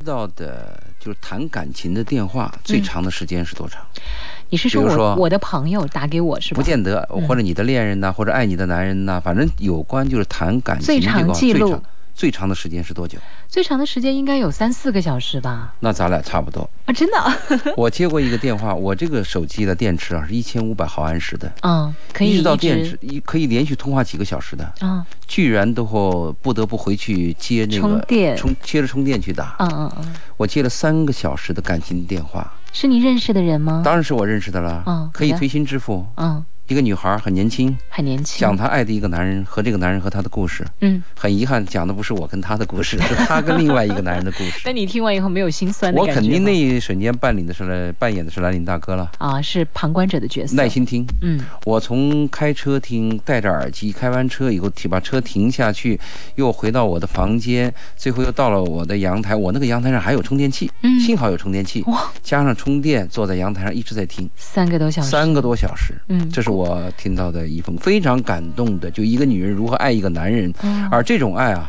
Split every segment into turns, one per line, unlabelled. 知道的，就是谈感情的电话最长的时间是多长？
你嗯是
比如
我
说
我的朋友打给我是吧？
不见得，
嗯
或者你的恋人呐、或者爱你的男人呐、反正有关就是谈感情
最
这个
长记
最
录
长最长的时间是多久？
最长的时间应该有三四个小时吧？
那咱俩差不多。
啊，真的？
我接过一个电话，我这个手机的电池啊是一千五百毫安时的，
嗯，可以
一直到
一直
电池一可以连续通话几个小时的，
啊，
居然都后不得不回去接那个
充电
充接着充电去打。
嗯嗯嗯，
我接了三个小时的感情电话，
是你认识的人吗？
当然是我认识的啦，
嗯
可以
啊好的
推心置腹。
嗯，
一个女孩很年轻，
很年轻。
讲她爱的一个男人和这个男人和她的故事。
嗯，
很遗憾，讲的不是我跟她的故 事，是她跟另外一个男人的故
那
事。
你听完以后没有心酸的
我
感觉吗？
肯定那一瞬间扮演的是扮演的是兰陵大哥了，
啊是旁观者的角色。
耐。心听。
嗯
我从开车听，戴着耳机，开完车以后提把车停下去，又回到我的房间，最后又到了我的阳台。我那个阳台上还有充电器，
嗯
幸好有充电器，
哇，
加上充电，坐在阳台上一直在听，
三个多小时。
三个多小时。
嗯，
这是我听到的一封非常感动的，就一个女人如何爱一个男人，
嗯
而这种爱啊，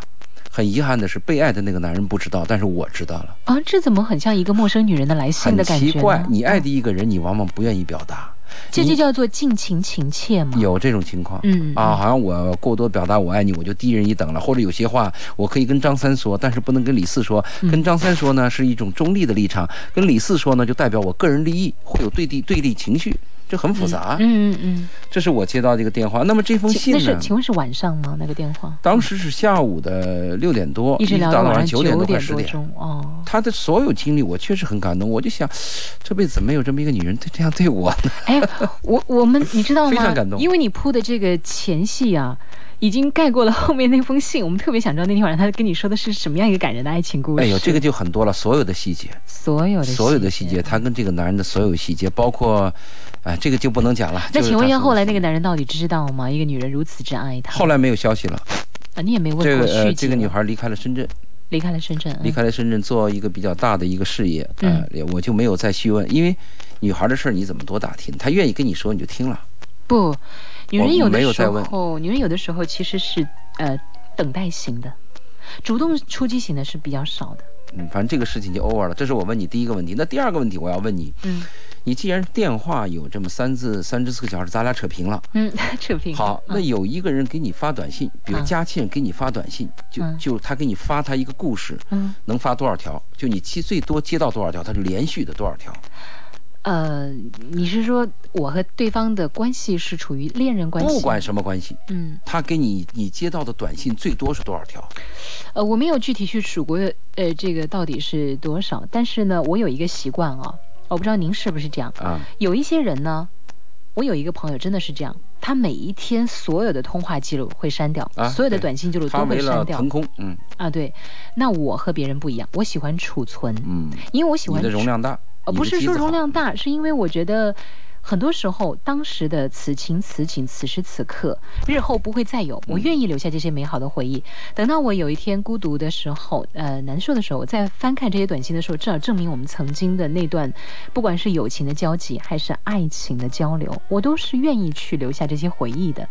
很遗憾的是被爱的那个男人不知道，但是我知道了，
啊，这怎么很像一个陌生女人的来信
很
的感觉
奇
呢？嗯
怪。你爱的一个人，你往往不愿意表达，
这
你
就叫做近情情切嘛。
有这种情况。
嗯
啊，好像我过多表达我爱你，我就低人一等了。或者有些话我可以跟张三说，但是不能跟李四说。
嗯
跟张三说呢是一种中立的立场，跟李四说呢就代表我个人利益，会有对立对立情绪，这很复杂。
嗯嗯嗯。
这是我接到这个电话。那么这封
请
信
那是
呢？
请问是晚上吗？那个电话
当时是下午的六点多，
一直聊
到
晚
上
上
九点多
点
快十
多
点。
钟哦。
他的所有经历，我确实很感动。我就想，这辈子怎么有这么一个女人对这样对我呢？
哎，我我们你知道吗？
非常感动
因为你铺的这个前戏啊，已经盖过了后面那封信。我们特别想知道那天晚上他跟你说的是什么样一个感人的爱情故事。
哎呦，这个就很多了，所有的细节，
所有的
所有的细节，。他跟这个男人的所有细节，包括，哎，这个就不能讲了。
那
就是
请问一
他
下，
所有
后
的
来
细
那
节
个男人到底知道吗？一个女人如此之爱他，
后来没有消息了。
啊，你也没问
这
过
个
续
呃，这
集吗
个女孩离开了深圳，
离开了深圳，嗯
离开了深圳做一个比较大的一个事业，呃，我就没有再细问，因为女孩的事儿你怎么多打听？她愿意跟你说你就听了。
不，女
我
人有
没
的
有
时
再问
候，女人有的时候其实是呃等待型的，主动出击型的是比较少的。
嗯，反正这个事情就 over 了。这是我问你第一个问题。那第二个问题我要问你，
嗯
你既然电话有这么三至三至四个小时，咱俩扯平了。
嗯， 扯平。
好，那
嗯
有一个人给你发短信，比如
嗯
佳倩给你发短信，
嗯
就就他给你发他一个故事，
嗯
能发多少条？就你接最多接到多少条？他是连续的多少条？
呃，你是说我和对方的关系是处于恋人关系？
不管什么关系，
嗯，
他给你你接到的短信最多是多少条？
呃，我没有具体去数过，呃，这个到底是多少？但是呢，我有一个习惯啊、我不知道您是不是这样。
啊，
有一些人呢，我有一个朋友真的是这样，他每一天所有的通话记录会删掉，
啊
所有的
对
短信记录
他
都
为
会
了
删掉
腾。空，嗯
啊，对，那我和别人不一样，我喜欢储存，
嗯，
因为我喜
你
欢
的
储
容，量大，
呃，
你
不
的
是
机
说
子
容
好
量大，是因为我觉得很多时候当时的此情此景、此时此刻，日后不会再有，我
嗯
愿意留下这些美好的回忆。等到我有一天孤独的时候，呃，难受的时候，我再翻看这些短信的时候，至少证明我们曾经的那段，不管是友情的交集还是爱情的交流，我都是愿意去留下这些回忆的。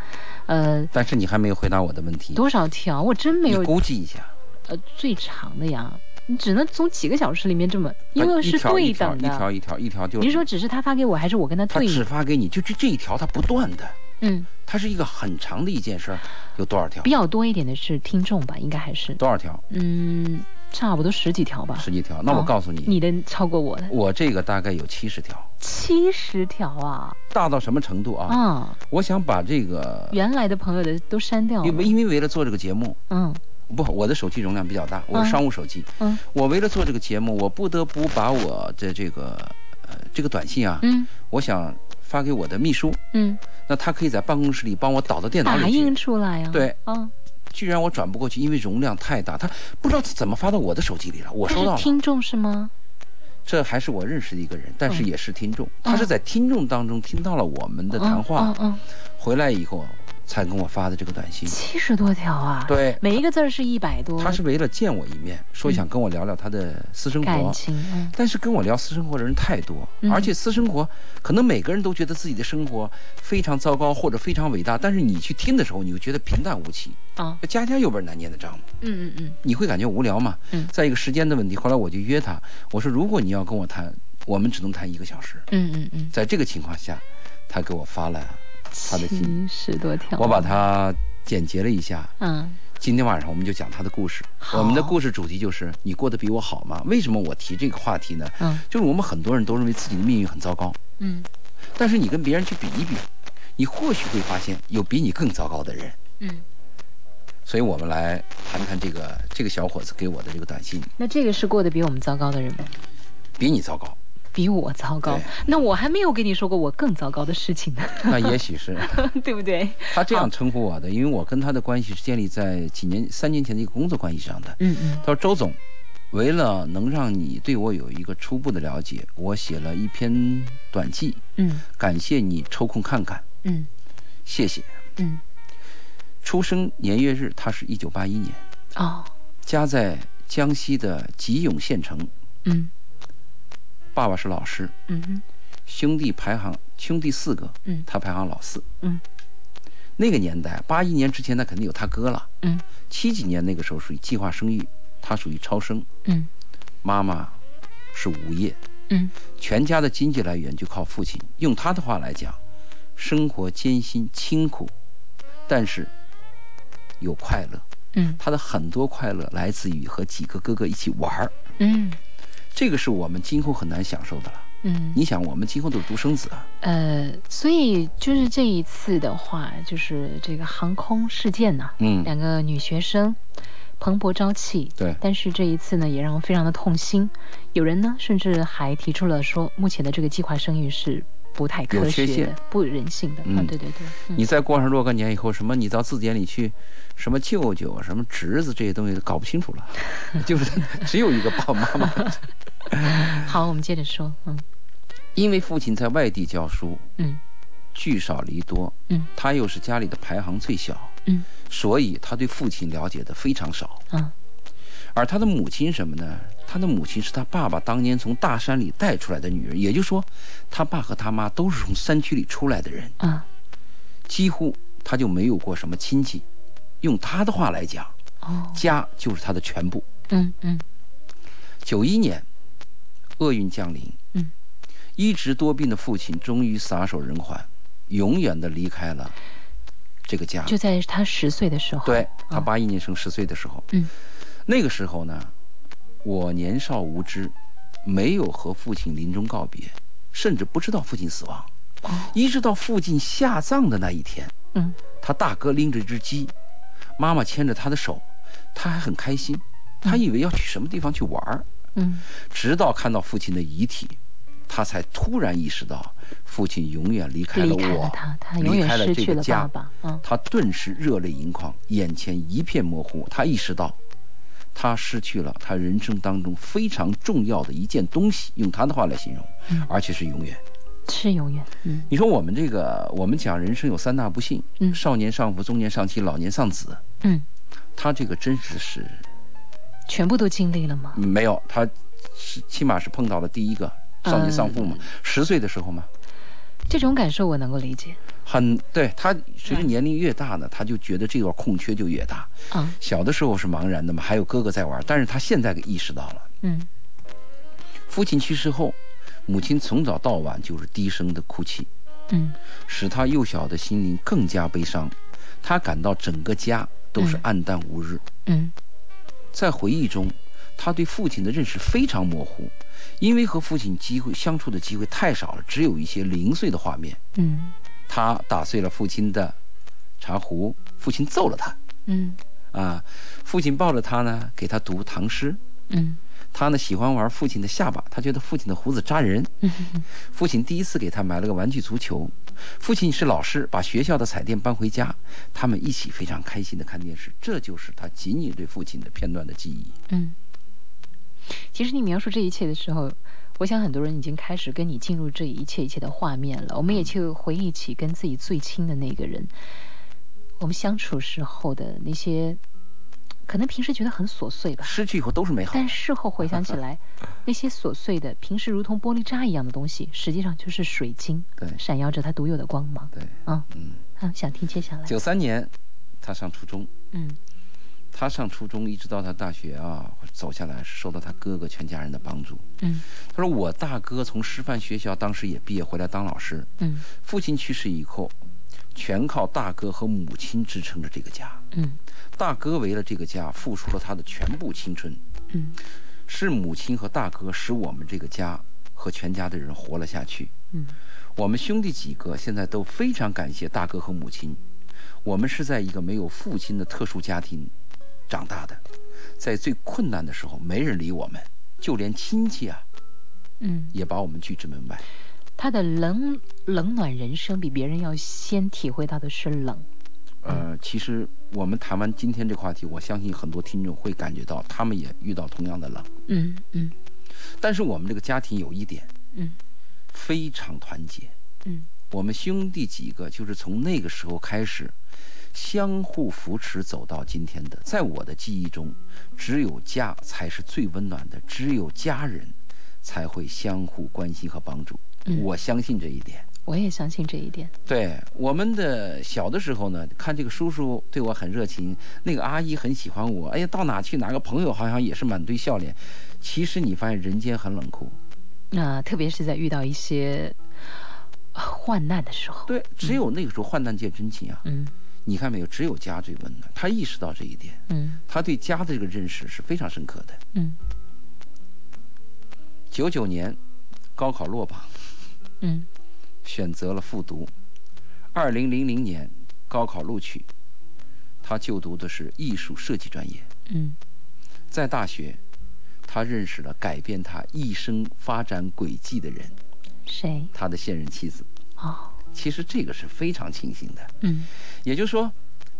呃，
但是你还没有回答我的问题，
多少条？我真没
你
有
估计一下。
呃最长的呀，你只能从几个小时里面这么，因为
呃一
是
条
对
一条
等
一条
的。
一条一条就
你是说只是他发给我，还是我跟他
他
对
只
应？
发给你，就就这一条，它不断的，
嗯，
它是一个很长的一件事儿，有多少条
比？较多一点的是听众吧，应该还是
多少条？
嗯，差不多十几条吧。
十几条。那我
啊
告诉你，
你的超过我的
我这个大概有七十条，
七十条啊
大到什么程度啊？
啊！
我想把这个，
原来的朋友的都删掉了
因为。因为为了做这个节目，
嗯
不，我的手机容量比较大，我
嗯
是商务手机，
嗯
我为了做这个节目，我不得不把我的这个呃这个短信啊，
嗯
我想发给我的秘书，
嗯，
那他可以在办公室里帮我导到电脑
打
里
印
去。
出来啊。
对
嗯，
居然我转不过去，因为容量太大，他不知道怎么发到我的手机里了。我
但
收到了，
是听众是吗？
这还是我认识的一个人，但是
嗯
也是听众，他是在听众当中听到了我们的谈话，
嗯嗯嗯
回来以后才跟我发的这个短信。
七十多条啊，
对，
每一个字儿是一百多，
他是为了见我一面，说想跟我聊聊他的私生活。
嗯感情，嗯
但是跟我聊私生活的人太多，
嗯
而且私生活可能每个人都觉得自己的生活非常糟糕或者非常伟大，但是你去听的时候，你就觉得平淡无奇。
啊，
家家有本难念的账嘛，
嗯嗯嗯
你会感觉无聊嘛？
嗯
再一个时间的问题，后来我就约他，我说如果你要跟我谈，我们只能谈一个小时。
嗯嗯嗯，
在这个情况下，他给我发了他的信，
七十多条，
我把，它简洁了一下。
嗯，
今天晚上我们就讲他的故事。
好
我们的故事主题就是你过得比我好吗？为什么我提这个话题呢？
嗯
就是我们很多人都认为自己的命运很糟糕，
嗯
但是你跟别人去比一比，你或许会发现有比你更糟糕的人。
嗯。
所以我们来谈谈这个这个小伙子给我的这个短信，
那这个是过得比我们糟糕的人吗？
比你糟糕，
比我糟糕
对，
那我还没有跟你说过我更糟糕的事情呢，
那也许是
对不对？
他这样称呼我的，因为我跟他的关系是建立在几年三年前的一个工作关系上的。
嗯嗯
他说：“周总，为了能让你对我有一个初步的了解，我写了一篇短记，
嗯
感谢你抽空看看，
嗯
谢谢。
嗯，
出生年月日，他是一九八一年，
哦，
家在江西的吉永县城，
嗯
爸爸是老师，
嗯哼
兄弟排行兄弟四个，
嗯
他排行老四。
嗯
那个年代，八一年之前，他肯定有他哥了。
嗯
七几年那个时候属于计划生育，他属于超生，
嗯
妈妈是无业，
嗯
全家的经济来源就靠父亲。用他的话来讲，生活艰辛清苦，但是有快乐。
嗯
他的很多快乐来自于和几个哥哥一起玩儿，
嗯
这个是我们今后很难享受的了。
嗯，
你想，我们今后都是独生子啊，
呃，所以就是这一次的话，就是这个航空事件呢、
嗯，
两个女学生蓬勃朝气，
对，
但是这一次呢，也让我非常的痛心。有人呢，甚至还提出了说，目前的这个计划生育是不太科
有缺
学的
陷、
不人性的。
嗯
对对对，嗯
你再过上若干年以后，什么你到字典里去，什么舅舅、什么侄子这些东西都搞不清楚了， 就是只有一个爸爸妈 妈。
好，我们接着说，嗯
因为父亲在外地教书，
嗯
聚少离多，
嗯
他又是家里的排行最小，
嗯
所以他对父亲了解的非常少。
啊
而他的母亲什么呢？他的母亲是他爸爸当年从大山里带出来的女人，也就是说，他爸和他妈都是从山区里出来的人，
啊
几乎他就没有过什么亲戚。用他的话来讲，
哦，
家就是他的全部。
嗯嗯
九一年，厄运降临，
嗯，
一直多病的父亲终于撒手人寰，永远的离开了这个家。
就在他十岁的时候，
对他
啊
八一年生十岁的时候，
嗯
那个时候呢，我年少无知，没有和父亲临终告别，甚至不知道父亲死亡。
哦
一直到父亲下葬的那一天，
嗯
他大哥拎着一只鸡，妈妈牵着他的手，他还很开心，他以为要去什么地方去玩儿。
嗯
直到看到父亲的遗体，他才突然意识到父亲永远离开了
离
我，
开了他，他永
离
远
开
失
这
去
个
了
家。
爸爸，嗯
他顿时热泪盈眶，眼前一片模糊。他意识到，他失去了他人生当中非常重要的一件东西，用他的话来形容，
嗯
而且是永远。
是永远，嗯
你说我们这个，我们讲人生有三大不幸：
嗯
少年丧父，中年丧妻，老年丧子。
嗯，
他这个真是是
全部都经历了吗？
没有，他是起码是碰到了第一个少年丧父嘛，
嗯
十岁的时候嘛，
这种感受我能够理解，
很对他随着年龄越大呢，他就觉得这个空缺就越大。
啊
小的时候是茫然的嘛，还有哥哥在玩，但是他现在意识到了，
嗯
父亲去世后，母亲从早到晚就是低声的哭泣，
嗯
使他幼小的心灵更加悲伤。他感到整个家都是
嗯
暗淡无日。
嗯
在回忆中，他对父亲的认识非常模糊，因为和父亲机会相处的机会太少了，只有一些零碎的画面。
嗯
他打碎了父亲的茶壶，父亲揍了他。
嗯
啊，父亲抱着他呢，给他读唐诗。
嗯
他呢喜欢玩父亲的下巴，他觉得父亲的胡子扎人。
嗯
父亲第一次给他买了个玩具足球。父亲是老师，把学校的彩电搬回家，他们一起非常开心的看电视。这就是他仅仅对父亲的片段的记忆。
嗯，其实你描述这一切的时候，我想很多人已经开始跟你进入
嗯
这一切一切的画面了。我们也去回忆起跟自己最亲的那个人，我们相处时候的那些，可能平时觉得很琐碎吧，
失去以后都是美好
但
的。
事后回想起 来，那些琐碎的、平时如同玻璃渣一样的东西，实际上就是水晶，
对
闪耀着它独有的光芒。
对，
啊
嗯，
啊，想听接下来。
九三年，他上初中，
嗯
他上初中一直到他大学啊走下来，是受到他哥哥全家人的帮助。
嗯
他说：“我大哥从师范学校当时也毕业回来当老师，
嗯
父亲去世以后，全靠大哥和母亲支撑着这个家。
嗯
大哥为了这个家付出了他的全部青春，
嗯
是母亲和大哥使我们这个家和全家的人活了下去。
嗯
我们兄弟几个现在都非常感谢大哥和母亲。我们是在一个没有父亲的特殊家庭长大的，在最困难的时候没人理我们，就连亲戚啊
嗯，
也把我们拒之门外。
他的冷冷暖人生比别人要先体会到的是冷。
呃，其实我们谈完今天这个话题，我相信很多听众会感觉到他们也遇到同样的冷。
嗯嗯
但是我们这个家庭有一点
嗯
非常团结，
嗯
我们兄弟几个就是从那个时候开始，相互扶持走到今天的。在我的记忆中，只有家才是最温暖的，只有家人才会相互关心和帮助。
嗯
我相信这一点。
我也相信这一点。
对我们的小的时候呢，看这个叔叔对我很热情，那个阿姨很喜欢我，哎呀，到哪去哪个朋友好像也是满堆笑脸。其实你发现人间很冷酷，
那、特别是在遇到一些啊患难的时候。
对，只有那个时候患难见真情啊。
嗯
你看没有，只有家最温暖。他意识到这一点，
嗯
他对家的这个认识是非常深刻的。
嗯
九九年，高考落榜，
嗯
选择了复读。二零零零年，高考录取，他就读的是艺术设计专业。
嗯
在大学，他认识了改变他一生发展轨迹的人，
谁？
他的现任妻子。
哦，
其实这个是非常庆幸的。
嗯
也就是说，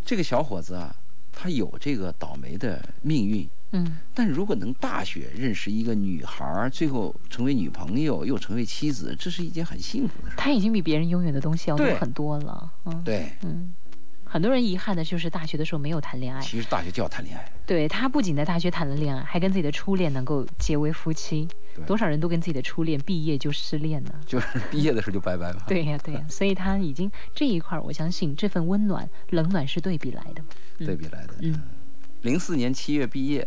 这个小伙子啊，他有这个倒霉的命运，
嗯
但如果能大学认识一个女孩儿，最后成为女朋友，又成为妻子，这是一件很幸福的事儿。
他已经比别人拥有的东西要多
对
很多了。嗯，，
对，
嗯，很多人遗憾的就是大学的时候没有谈恋爱。
其实大学就要谈恋爱。
对他不仅在大学谈了恋爱，还跟自己的初恋能够结为夫妻。
对
多少人都跟自己的初恋毕业就失恋呢？
就是毕业的时候就拜拜吧。，
对呀、对呀、所以他已经这一块儿，我相信这份温暖、冷暖是对比来的嘛。嗯
对比来的。
嗯
零四年七月毕业，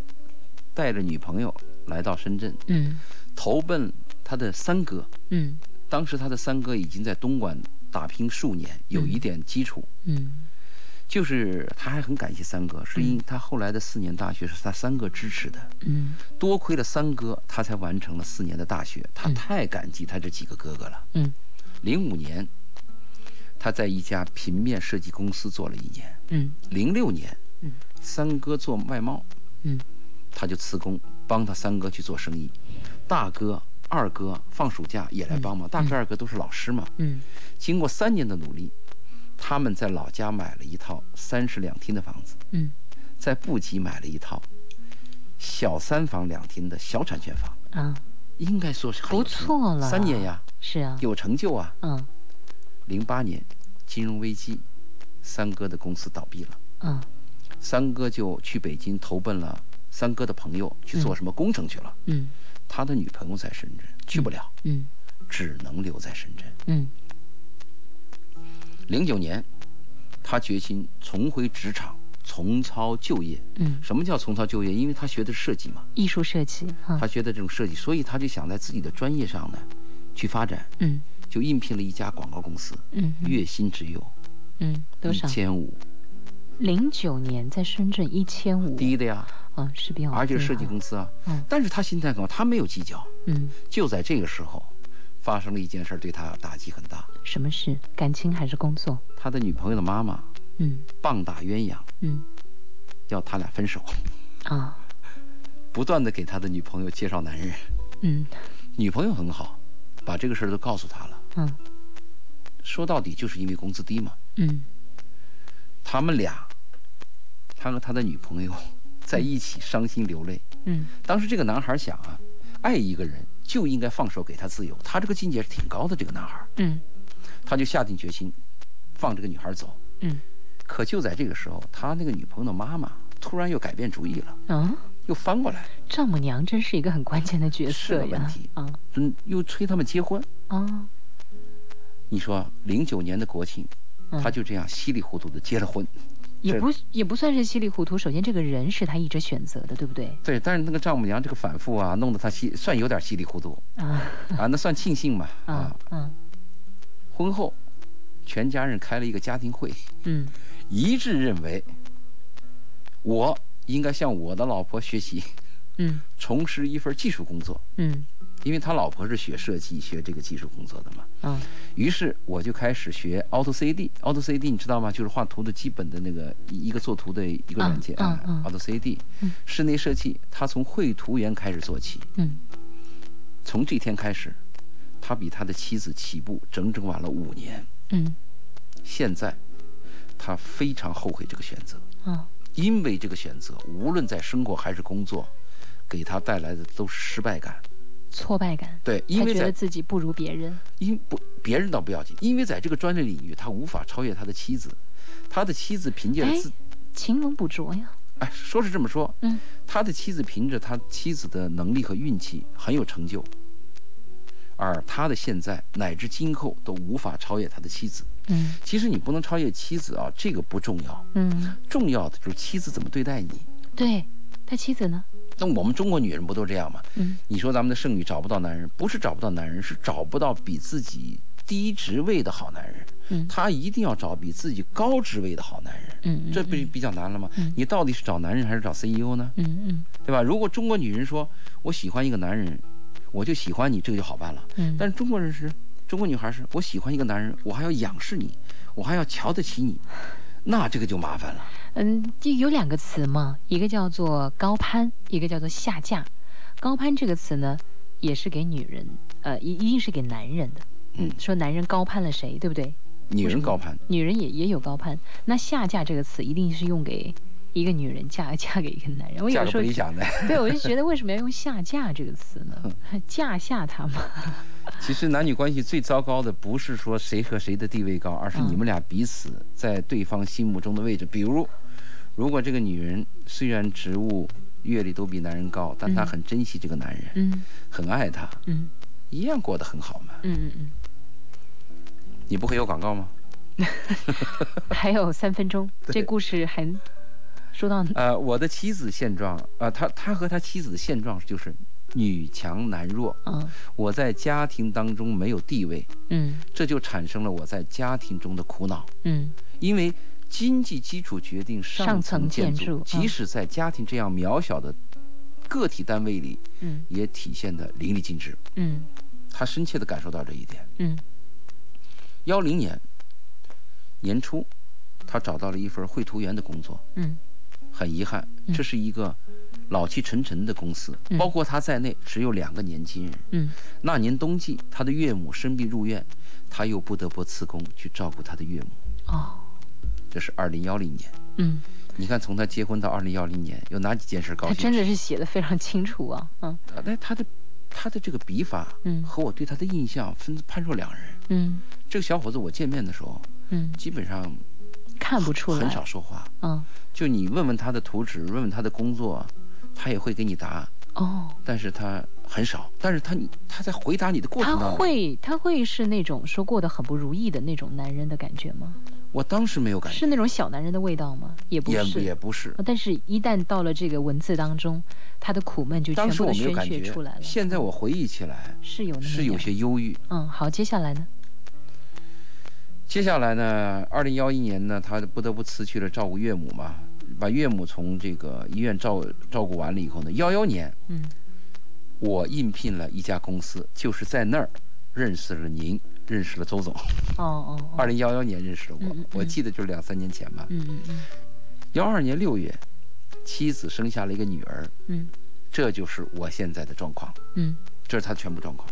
带着女朋友来到深圳，
嗯
投奔他的三哥。
嗯
当时他的三哥已经在东莞打拼数年，有一点基础。
嗯
就是他还很感谢三哥，是因为他后来的四年大学是他三哥支持的，
嗯
多亏了三哥，他才完成了四年的大学。他
嗯
太感激他这几个哥哥了。
嗯
零五年，他在一家平面设计公司做了一年。
嗯
零六年，
嗯
三哥做外贸，
嗯
他就辞工帮他三哥去做生意，大哥、二哥放暑假也来帮忙。大哥、二哥都是老师嘛。
嗯
经过三年的努力，他们在老家买了一套三室两厅的房子，
嗯
在布吉买了一套小三房两厅的小产权房，
啊，
应该说是很有
不
成
错了
三年呀，
是啊，
有成就啊。
嗯
零八年，金融危机，三哥的公司倒闭了，
嗯
三哥就去北京投奔了三哥的朋友去做什么工程去了。
嗯
他的女朋友在深圳，去不了，
嗯
只能留在深圳。
嗯
零九年，他决心重回职场，重操旧业。
嗯，
什么叫重操旧业？因为他学的是设计嘛，
艺术设计哈
他，学的这种设计，所以他就想在自己的专业上呢去发展，
嗯
就应聘了一家广告公司，
嗯
月薪只有
嗯多
一
少？
千五，
零九年在深圳一千五，
低的呀，
啊是比较低哈，
而且是设计公司啊。
嗯
但是他心态很好，他没有计较。
嗯，
就在这个时候，发生了一件事，对他打击很大。
什么事？感情还是工作？
他的女朋友的妈妈
嗯
棒打鸳鸯，
嗯
要他俩分手，
啊
不断的给他的女朋友介绍男人，
嗯
女朋友很好，把这个事儿都告诉他了。
嗯
说到底就是因为工资低嘛。
嗯
他们俩，他和他的女朋友 在一起伤心流泪。
嗯
当时这个男孩想啊，爱一个人就应该放手给他自由，他这个境界是挺高的。这个男孩，
嗯
他就下定决心，放这个女孩走。
嗯
可就在这个时候，他那个女朋友的妈妈突然又改变主意了，
啊，
又翻过来，
丈母娘真是一个很关键的角
是
色
个
呀。
问题
啊
嗯，又催他们结婚。
啊，
你说零九年的国庆，
嗯
他就这样稀里糊涂的结了婚。
也
这
不也不算是稀里糊涂。首先，这个人是他一直选择的，对不对？
对，但是那个丈母娘这个反复啊，弄得他稀算有点稀里糊 涂
啊
啊，那算庆幸吧
啊
啊。
啊
婚后，全家人开了一个家庭会，
嗯
一致认为，我应该向我的老婆学习，
嗯
从事一份技术工作，
嗯
因为他老婆是学设计、学这个技术工作的嘛。
啊
于是我就开始学 AutoCAD。AutoCAD 你知道吗？就是画图的基本的那个一一个做图的一个软件。啊
嗯嗯嗯
AutoCAD，
嗯
室内设计，他从绘图员开始做起。
嗯，
从这天开始，他比他的妻子起步整整晚了五年。
嗯
现在，他非常后悔这个选择，
啊
因为这个选择无论在生活还是工作，给他带来的都是失败感。
挫败感，
对，因
他
为
觉
在
得自己不如别人。
因不别人倒不要紧，因为在这个专业领域，他无法超越他的妻子，他的妻子凭借着
哎
自，
勤能补拙呀。
哎，说是这么说，
嗯
他的妻子凭着他妻子的能力和运气很有成就，而他的现在乃至今后都无法超越他的妻子。
嗯
其实你不能超越妻子啊，这个不重要，
嗯，
重要的就是妻子怎么对待你。
对他妻子呢？
那我们中国女人不都这样吗？
嗯
你说咱们的剩女找不到男人，不是找不到男人，是找不到比自己低职位的好男人。
嗯
他一定要找比自己高职位的好男人，
嗯，
这不
嗯
比较难了吗
嗯？
你到底是找男人还是找 CEO 呢？
嗯嗯
对吧？如果中国女人说我喜欢一个男人，我就喜欢你，这个就好办了。
嗯，
但是中国人是，中国女孩是我喜欢一个男人，我还要仰视你，我还要瞧得起你， 那这个就麻烦了。
嗯，这有两个词嘛，一个叫做高攀，一个叫做下嫁。高攀这个词呢，也是给女人，呃，一一定是给男人的。
嗯
说男人高攀了谁，对不对？
女人高攀，
女人也也有高攀。那下嫁这个词一定是用给一个女人嫁 嫁给一个男人。我
价
有
格不
时候
理想的。
对我就觉得为什么要用下嫁这个词呢？
嗯
嫁下他嘛。
其实男女关系最糟糕的不是说谁和谁的地位高，而是
嗯
你们俩彼此在对方心目中的位置。比如，如果这个女人虽然职务、阅历都比男人高，但她
嗯
很珍惜这个男人，
嗯
很爱他，
嗯
一样过得很好嘛。
嗯嗯嗯。
你不会有广告吗？
还有三分钟，这
对
故事还说到
呃，我的妻子现状，呃，他他和他妻子的现状就是女强男弱。
嗯
我在家庭当中没有地位，
嗯
这就产生了我在家庭中的苦恼。
嗯
因为经济基础决定
上
上
层
层建
建筑
筑，即
嗯
使在家庭这样渺小的个体单位里，
嗯
也体现得淋漓尽致。
嗯
他深切地感受到这一点。
嗯
幺零年年初，他找到了一份绘图员的工作，
嗯
很遗憾，
嗯
这是一个老气沉沉的公司，
嗯
包括他在内只有两个年轻人。
嗯
那年冬季，他的岳母生病入院，他又不得不辞工去照顾他的岳母。
哦
这是二零幺零年。
嗯，
你看，从他结婚到二零幺零年，有哪几件事高
他
兴？
真的是写的非常清楚啊，嗯
啊，但他的他的这个笔法，
嗯
和我对他的印象分判若两人。
嗯
这个小伙子，我见面的时候，
嗯，
基本上
看不出来，
很少说话。
嗯
就你问问他的图纸，问问他的工作，他也会给你答，
哦，
但是他很少。但是他他在回答你的过
他
程当中，
会他会是那种说过得很不如意的那种男人的感觉吗？
我当时没有感觉，
是那种小男人的味道吗？也不
也
是，
也不是
哦。但是一旦到了这个文字当中，他的苦闷就全
当时
部
我
的
没有
宣
感
泄
觉
出来，了。嗯
现在我回忆起来
是有那么
是
一
有
点
些忧郁。
嗯，好，接下来呢？
接下来呢，二零幺一年呢，他不得不辞去了照顾岳母嘛，把岳母从这个医院照照顾完了以后呢，幺幺年
嗯
我应聘了一家公司，就是在那儿认识了您，认识了周总。
哦哦，
二零幺幺年认识了我，
嗯嗯
我记得就是两三年前吧。
嗯嗯嗯
幺二年六月，妻子生下了一个女儿，
嗯
这就是我现在的状况，
嗯，
这是他全部状况。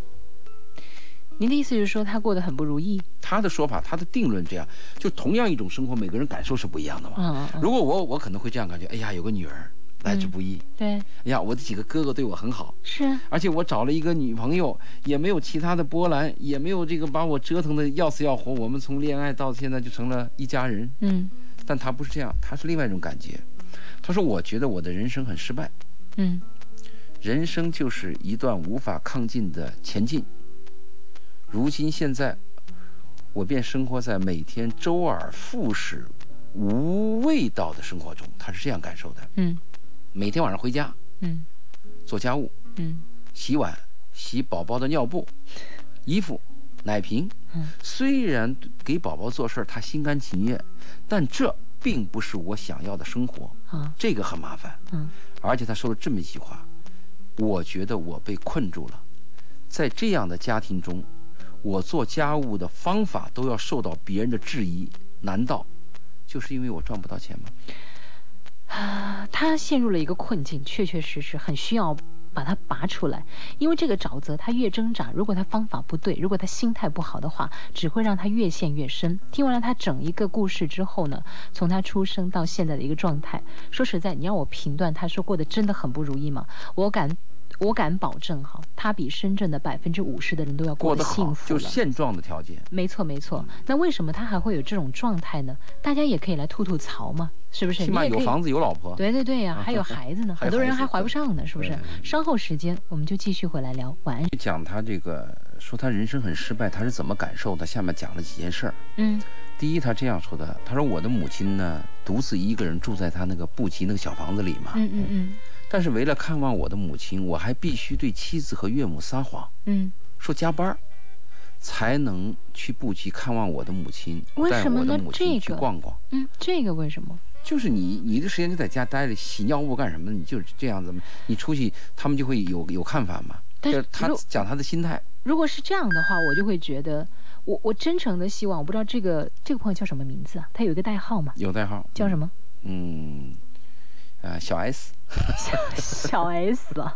您的意思是说他过得很不如意？
他的说法，他的定论这样，就同样一种生活，每个人感受是不一样的嘛。
嗯嗯
如果我我可能会这样感觉，哎呀，有个女儿来之不易，
对，
哎呀，我的几个哥哥对我很好，
是啊，
而且我找了一个女朋友，也没有其他的波澜，也没有这个把我折腾的要死要活。我们从恋爱到现在就成了一家人，
嗯
但他不是这样，他是另外一种感觉。他说：“我觉得我的人生很失败，
嗯
人生就是一段无法抗进的前进。如今现在，我便生活在每天周而复始、无味道的生活中。”他是这样感受的：
嗯
每天晚上回家
嗯
做家务，
嗯
洗碗、洗宝宝的尿布、衣服、奶瓶。
嗯
虽然给宝宝做事儿他心甘情愿，但这并不是我想要的生活，
啊
这个很麻烦。
嗯
而且他说了这么一句话：“我觉得我被困住了，在这样的家庭中，我做家务的方法都要受到别人的质疑，难道就是因为我赚不到钱吗？”
啊，他陷入了一个困境，确确实实很需要把它拔出来，因为这个沼泽他越挣扎，如果他方法不对，如果他心态不好的话，只会让他越陷越深。听完了他整一个故事之后呢，从他出生到现在的一个状态，说实在，你让我评断他说过的真的很不如意吗？我敢。我敢保证哈，他比深圳的百分之五十的人都要
过
得
得
幸
好
福
就
了。
是现状的条件。
没错没错，那为什么他还会有这种状态呢？大家也可以来吐吐槽嘛，是不是？
起码
你也
有
可以
房子有老婆，
对对对呀、
啊
还有孩子呢，
还有
很多人
孩子
还怀不上呢，是不是
对？
稍后时间我们就继续回来聊。晚安，
讲他这个说他人生很失败，他是怎么感受的？下面讲了几件事儿。
嗯
第一，他这样说的：“他说我的母亲呢，独自一个人住在他那个布吉那个小房子里嘛。
嗯嗯嗯
但是为了看望我的母亲，我还必须对妻子和岳母撒谎，
嗯，
说加班儿，才能去布吉看望我的母亲，
为
带
什么
我的
呢
母
这
亲去
个
逛逛。
嗯，这个为什么？
就是你，你的时间就在家待着，洗尿布干什么？你就是这样子嘛。你出去，他们就会有有看法嘛。
但
就是是他
如
讲他的心态，
如果是这样的话，我就会觉得，我我真诚的希望，我不知道这个这个朋友叫什么名字啊？他有一个代号嘛，
有代号
叫什么？
嗯，呃，小 S，
小 S 啊，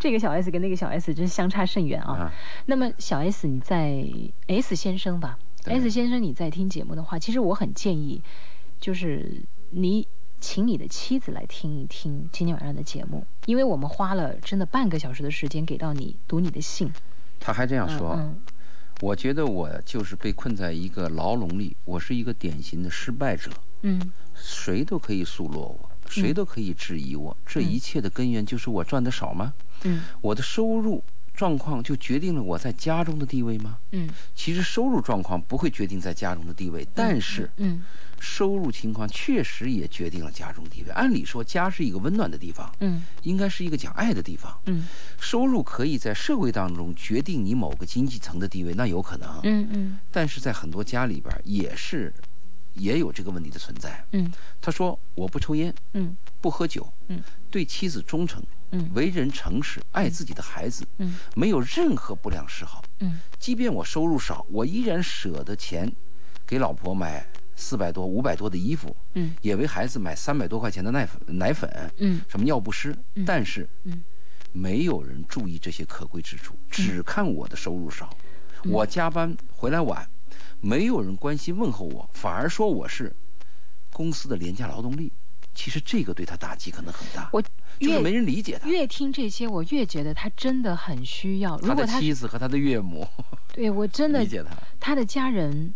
这个小 S 跟那个小 S 真相差甚远啊。
啊
那么小 S 你在 S 先生吧
对
，S 先生你在听节目的话，其实我很建议，就是你请你的妻子来听一听今天晚上的节目，因为我们花了真的半个小时的时间给到你读你的信。
他还这样
嗯
说。
嗯
我觉得我就是被困在一个牢笼里，我是一个典型的失败者，
嗯
谁都可以数落我，谁都可以质疑我。这一切的根源就是我赚的少吗？
嗯
我的收入状况就决定了我在家中的地位吗？
嗯
其实收入状况不会决定在家中的地位，但是
嗯
收入情况确实也决定了家中地位。按理说，家是一个温暖的地方，
嗯
应该是一个讲爱的地方。
嗯
收入可以在社会当中决定你某个经济层的地位，那有可能。
嗯嗯
但是在很多家里边儿也是也有这个问题的存在。
嗯
他说：“我不抽烟，
嗯
不喝酒，
嗯，
对妻子忠诚，
嗯
为人诚实，爱自己的孩子，
嗯
没有任何不良嗜好。
嗯
即便我收入少，我依然舍得钱给老婆买四百多、五百多的衣服，
嗯
也为孩子买三百多块钱的奶粉、奶粉，
嗯
什么尿不湿。
嗯
但是
嗯
没有人注意这些可贵之处，只看我的收入少，
嗯
我加班回来晚，没有人关心问候我，反而说我是公司的廉价劳动力。其实这个对他打击可能很大，
我
就是
越
没人理解他。
越听这些，我越觉得他真的很需要。如
他
果
的
他
妻子和他的岳母
对我真的
理解他，
他的家人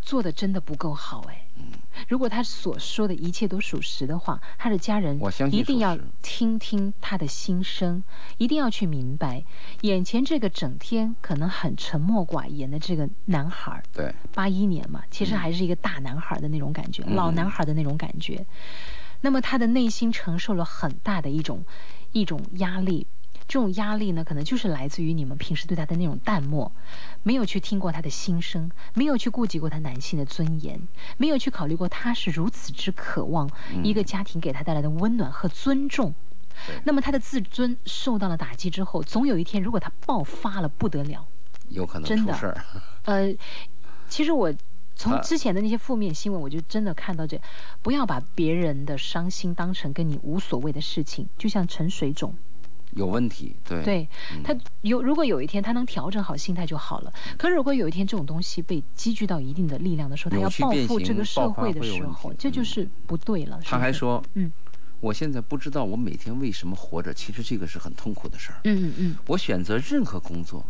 做的真的不够好哎。
嗯
如果他所说的一切都属实的话，他的家人
我相信
一定要
属实
听听他的心声，一定要去明白，眼前这个整天可能很沉默寡言的这个男孩儿，
对，
八一年嘛，其实还是一个大男孩的那种感觉，
嗯
老男孩的那种感觉。那么他的内心承受了很大的一种一种压力，这种压力呢，可能就是来自于你们平时对他的那种淡漠，没有去听过他的心声，没有去顾及过他男性的尊严，没有去考虑过他是如此之渴望
嗯
一个家庭给他带来的温暖和尊重。
对
那么他的自尊受到了打击之后，总有一天如果他爆发了，不得了。
有可能
真的
出事儿。
呃，其实我从
他
之前的那些负面新闻，我就真的看到这，不要把别人的伤心当成跟你无所谓的事情，就像陈水肿，
有问题，对，
对
嗯
他有如果有一天他能调整好心态就好了。可是如果有一天这种东西被积聚到一定的力量的时候，他要
扭曲
报
变
复这
形
个社
爆发
会的
会有
时
问
候，
题
这就
嗯
是不对了。是
他
不
还
是，
说，
嗯
我现在不知道我每天为什么活着，其实这个是很痛苦的事儿。
嗯嗯
我选择任何工作，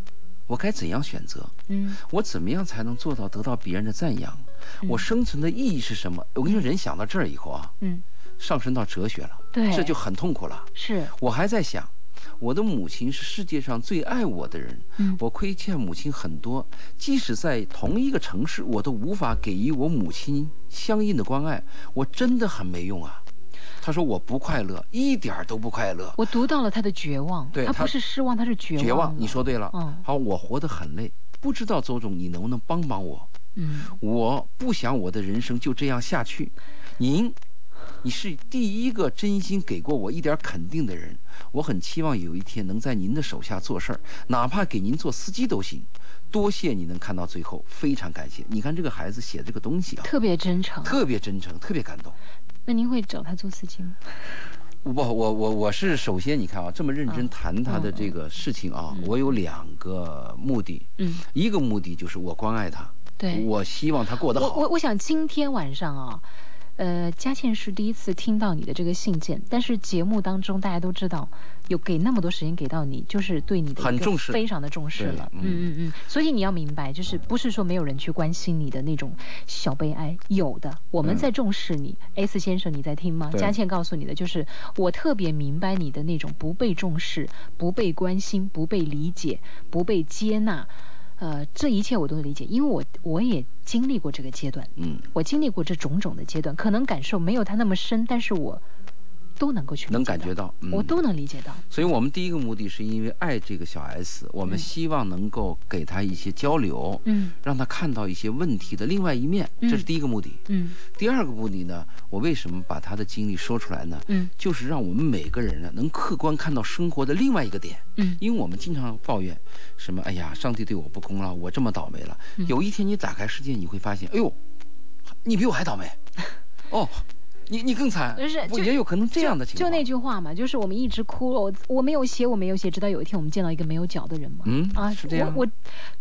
我该怎样选择？
嗯，
我怎么样才能做到得到别人的赞扬？
嗯
我生存的意义是什么？我跟你说，人想到这儿以后啊，
嗯，
上升到哲学了，
对，
这就很痛苦了。
是，
我还在想，我的母亲是世界上最爱我的人，
嗯，
我亏欠母亲很多，即使在同一个城市，我都无法给予我母亲相应的关爱，我真的很没用啊。他说我不快乐，一点儿都不快乐，
我读到了他的绝望，
对
他
他
不是失望，他是绝望。
绝望。你，说对了，
嗯
好，我活得很累，不知道周总你能不能帮帮我？
嗯，
我不想我的人生就这样下去。您，你是第一个真心给过我一点肯定的人，我很期望有一天能在您的手下做事儿，哪怕给您做司机都行。多谢你能看到最后，非常感谢。你看这个孩子写的这个东西啊，
特别真诚。
特别真诚，特别感动。
那您会找他做司机吗？
我我我我是首先你看啊，这么认真
嗯
谈他的这个事情啊，
嗯
我有两个目的，
嗯，
一个目的就是我关爱他，
对。
我希望他过得
我
好。
我我想今天晚上啊、呃，佳倩是第一次听到你的这个信件，但是节目当中大家都知道，有给那么多时间给到你，就是对你的
很
一个
重视
非常的重视
对
了。
嗯
嗯嗯，所以你要明白，就是不是说没有人去关心你的那种小悲哀，有的，我们
嗯
在重视你。S 先生，你在听吗？
对
佳倩告诉你的就是，我特别明白你的那种不被重视、不被关心、不被理解、不被接纳。呃，这一切我都理解，因为我我也经历过这个阶段，
嗯，
我经历过这种种的阶段，可能感受没有他那么深，但是我都能够去理解
能感觉到，嗯、
我都能理解到。
所以我们第一个目的是因为爱这个小 S，我们希望能够给他一些交流，
嗯
让他看到一些问题的另外一面，
嗯
这是第一个目的。
嗯
第二个目的呢，我为什么把他的经历说出来呢？
嗯
就是让我们每个人呢能客观看到生活的另外一个点，
嗯
因为我们经常抱怨什么，哎呀，上帝对我不公了，我这么倒霉了。
嗯
有一天你打开世界，你会发现，哎呦，你比我还倒 霉，哦，你你更惨，
就是
不
就
也有可能这样的情
就
况。
那句话嘛，就是我们一直哭，我我没有鞋，我没有鞋，直到有一天我们见到一个没有脚的人嘛。
嗯
啊，
是这样。
我我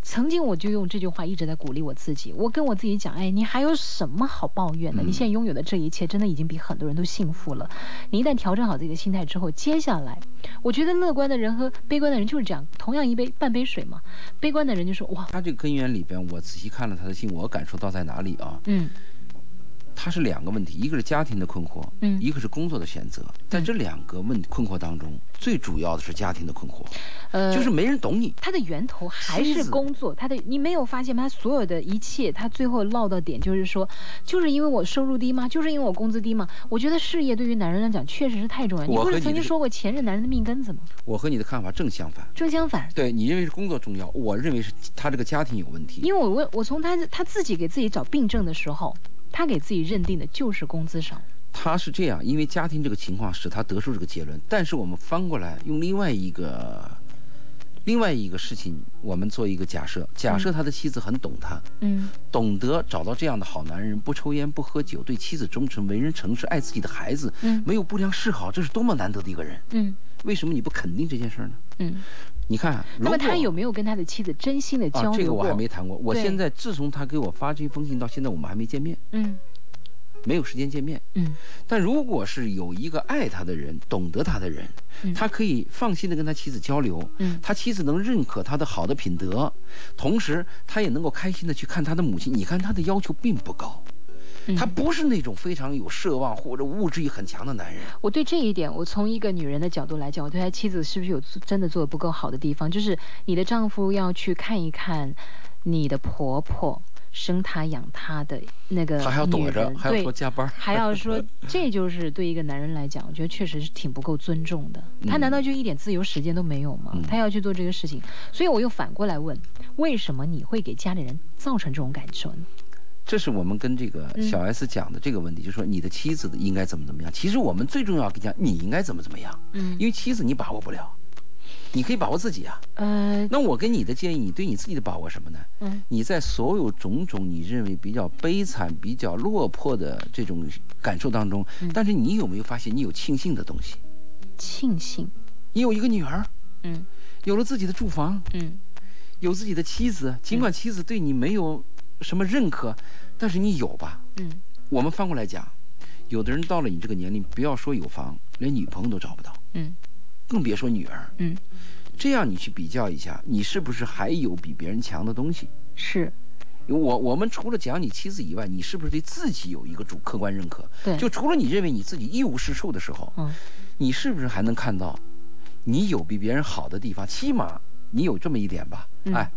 曾经我就用这句话一直在鼓励我自己，我跟我自己讲，哎，你还有什么好抱怨的？
嗯
你现在拥有的这一切，真的已经比很多人都幸福了。你一旦调整好自己的心态之后，接下来，我觉得乐观的人和悲观的人就是这样，同样一杯半杯水嘛。悲观的人就说，哇，
他这个根源里边，我仔细看了他的信，我感受到在哪里啊？
嗯
他是两个问题，一个是家庭的困惑，
嗯
一个是工作的选择。在这两个问困惑当中，最主要的是家庭的困惑，
呃，
就是没人懂你。
它的源头还
妻
是
子
工作，它的你没有发现吗？它所有的一切，它最后落到点就是说，就是因为我收入低吗？就是因为我工资低吗？我觉得事业对于男人来讲确实是太重要。你
我
不
和
是
你
曾
这
经
个
说过前任男人的命根子吗？
我和你的看法正相反。
正相反，
对你认为是工作重要，我认为是他这个家庭有问题。
因为我问我从他他自己给自己找病症的时候，他给自己认定的就是工资少。
他是这样，因为家庭这个情况使他得出这个结论。但是我们翻过来用另外一个，另外一个事情，我们做一个假设，假设他的妻子很懂他，
嗯
懂得找到这样的好男人，不抽烟，不喝酒，对妻子忠诚，为人诚实，爱自己的孩子，
嗯
没有不良嗜好，这是多么难得的一个人！
嗯
为什么你不肯定这件事儿呢？
嗯。
你看，如
那
果
么他有没有跟他的妻子真心的交流
啊，
过？
这个我还没谈过。我
对
现在自从他给我发这封信到现在，我们还没见面，
嗯
没有时间见面。
嗯
但如果是有一个爱他的人，懂得他的人，
嗯
他可以放心的跟他妻子交流，
嗯
他妻子能认可他的好的品德，同时他也能够开心的去看他的母亲。你看他的要求并不高，
嗯
他不是那种非常有奢望或者物质欲很强的男人。
我对这一点，我从一个女人的角度来讲，我对她妻子是不是有做真的做的不够好的地方？就是你的丈夫要去看一看你的婆婆生她养她的那个
他还要
女
躲着
人，
还要
对
说加班儿
还 要说，这就是对一个男人来讲，我觉得确实是挺不够尊重的。他难道就一点自由时间都没有吗？
嗯
他要去做这个事情，所以我又反过来问，为什么你会给家里人造成这种感受呢？
这是我们跟这个
嗯
小 S 讲的这个问题，就是说你的妻子应该怎么怎么样。其实我们最重要跟你讲，你应该怎么怎么样，
嗯
因为妻子你把握不了，你可以把握自己啊。
呃，
那我给你的建议，你对你自己的把握什么呢？
嗯
你在所有种种你认为比较悲惨、比较落魄的这种感受当中，
嗯
但是你有没有发现你有庆幸的东西？
庆幸，
你有一个女儿，
嗯
有了自己的住房，
嗯
有自己的妻子，尽管妻子对你没有什么认可，但是你有吧？
嗯
我们翻过来讲，有的人到了你这个年龄，不要说有房，连女朋友都找不到，
嗯
更别说女儿。
嗯
这样你去比较一下，你是不是还有比别人强的东西？
是，
我我们除了讲你妻子以外，你是不是对自己有一个主客观认可？
对，
就除了你认为你自己一无是处的时候，
嗯，
你是不是还能看到，你有比别人好的地方？起码你有这么一点吧？
嗯
哎，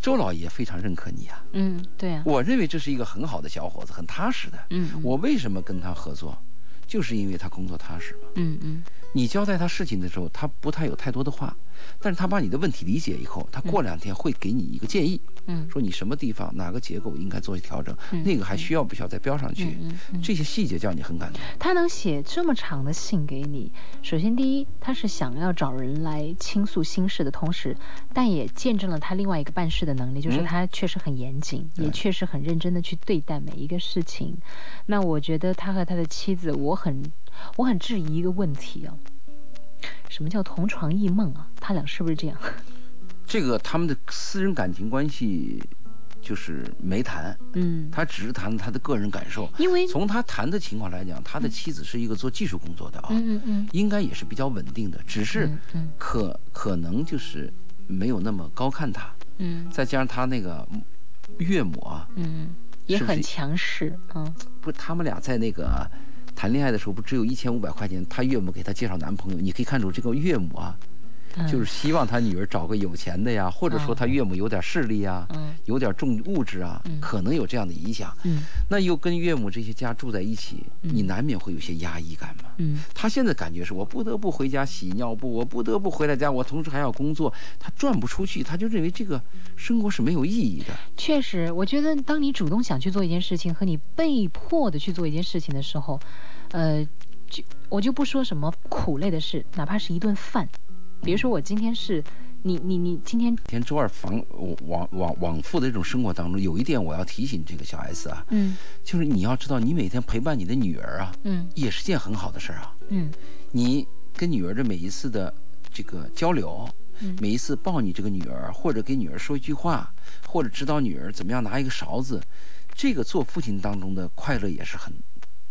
周老爷非常认可你啊，
嗯，对啊，
我认为这是一个很好的小伙子，很踏实的。
嗯，嗯
我为什么跟他合作，就是因为他工作踏实嘛。
嗯嗯
你交代他事情的时候，他不太有太多的话，但是他把你的问题理解以后，他过两天会给你一个建议，
嗯，
说你什么地方哪个结构应该做一些调整，
嗯
那个还需要不需要再标上去
嗯嗯嗯，
这些细节叫你很感动。
他能写这么长的信给你，首先第一，他是想要找人来倾诉心事的同时，但也见证了他另外一个办事的能力，就是
嗯
他确实很严谨，也
对
确实很认真的去对待每一个事情。那我觉得他和他的妻子，我很我很质疑一个问题啊，什么叫同床异梦啊？他俩是不是这样？
这个他们的私人感情关系就是没谈，
嗯，
他只是谈他的个人感受。
因为
从他谈的情况来讲，他的妻子是一个做技术工作的啊，
嗯嗯嗯
应该也是比较稳定的，只是
嗯嗯
可可能就是没有那么高看他，
嗯
再加上他那个岳母啊，
嗯，也
是不是
很强势啊，
不，他们俩在那个谈恋爱的时候，不只有一千五百块钱，他岳母给他介绍男朋友，你可以看出这个岳母啊，
嗯
就是希望他女儿找个有钱的呀，或者说他岳母有点势力呀，
嗯
有点重物质啊，
嗯
可能有这样的影响。
嗯
那又跟岳母这些家住在一起，
嗯
你难免会有些压抑感嘛。
嗯
他现在感觉是我不得不回家洗尿布，我不得不回到家，我同时还要工作，他转不出去，他就认为这个生活是没有意义的。
确实，我觉得当你主动想去做一件事情和你被迫的去做一件事情的时候，呃，就我就不说什么苦累的事，哪怕是一顿饭，比如说我今天是，你你你今天，
天周二防往往往复的这种生活当中，有一点我要提醒这个小 S 啊，
嗯
就是你要知道，你每天陪伴你的女儿啊，
嗯
也是件很好的事儿啊。
嗯
你跟女儿的每一次的这个交流，
嗯
每一次抱你这个女儿，或者给女儿说一句话，或者指导女儿怎么样拿一个勺子，这个做父亲当中的快乐也是很，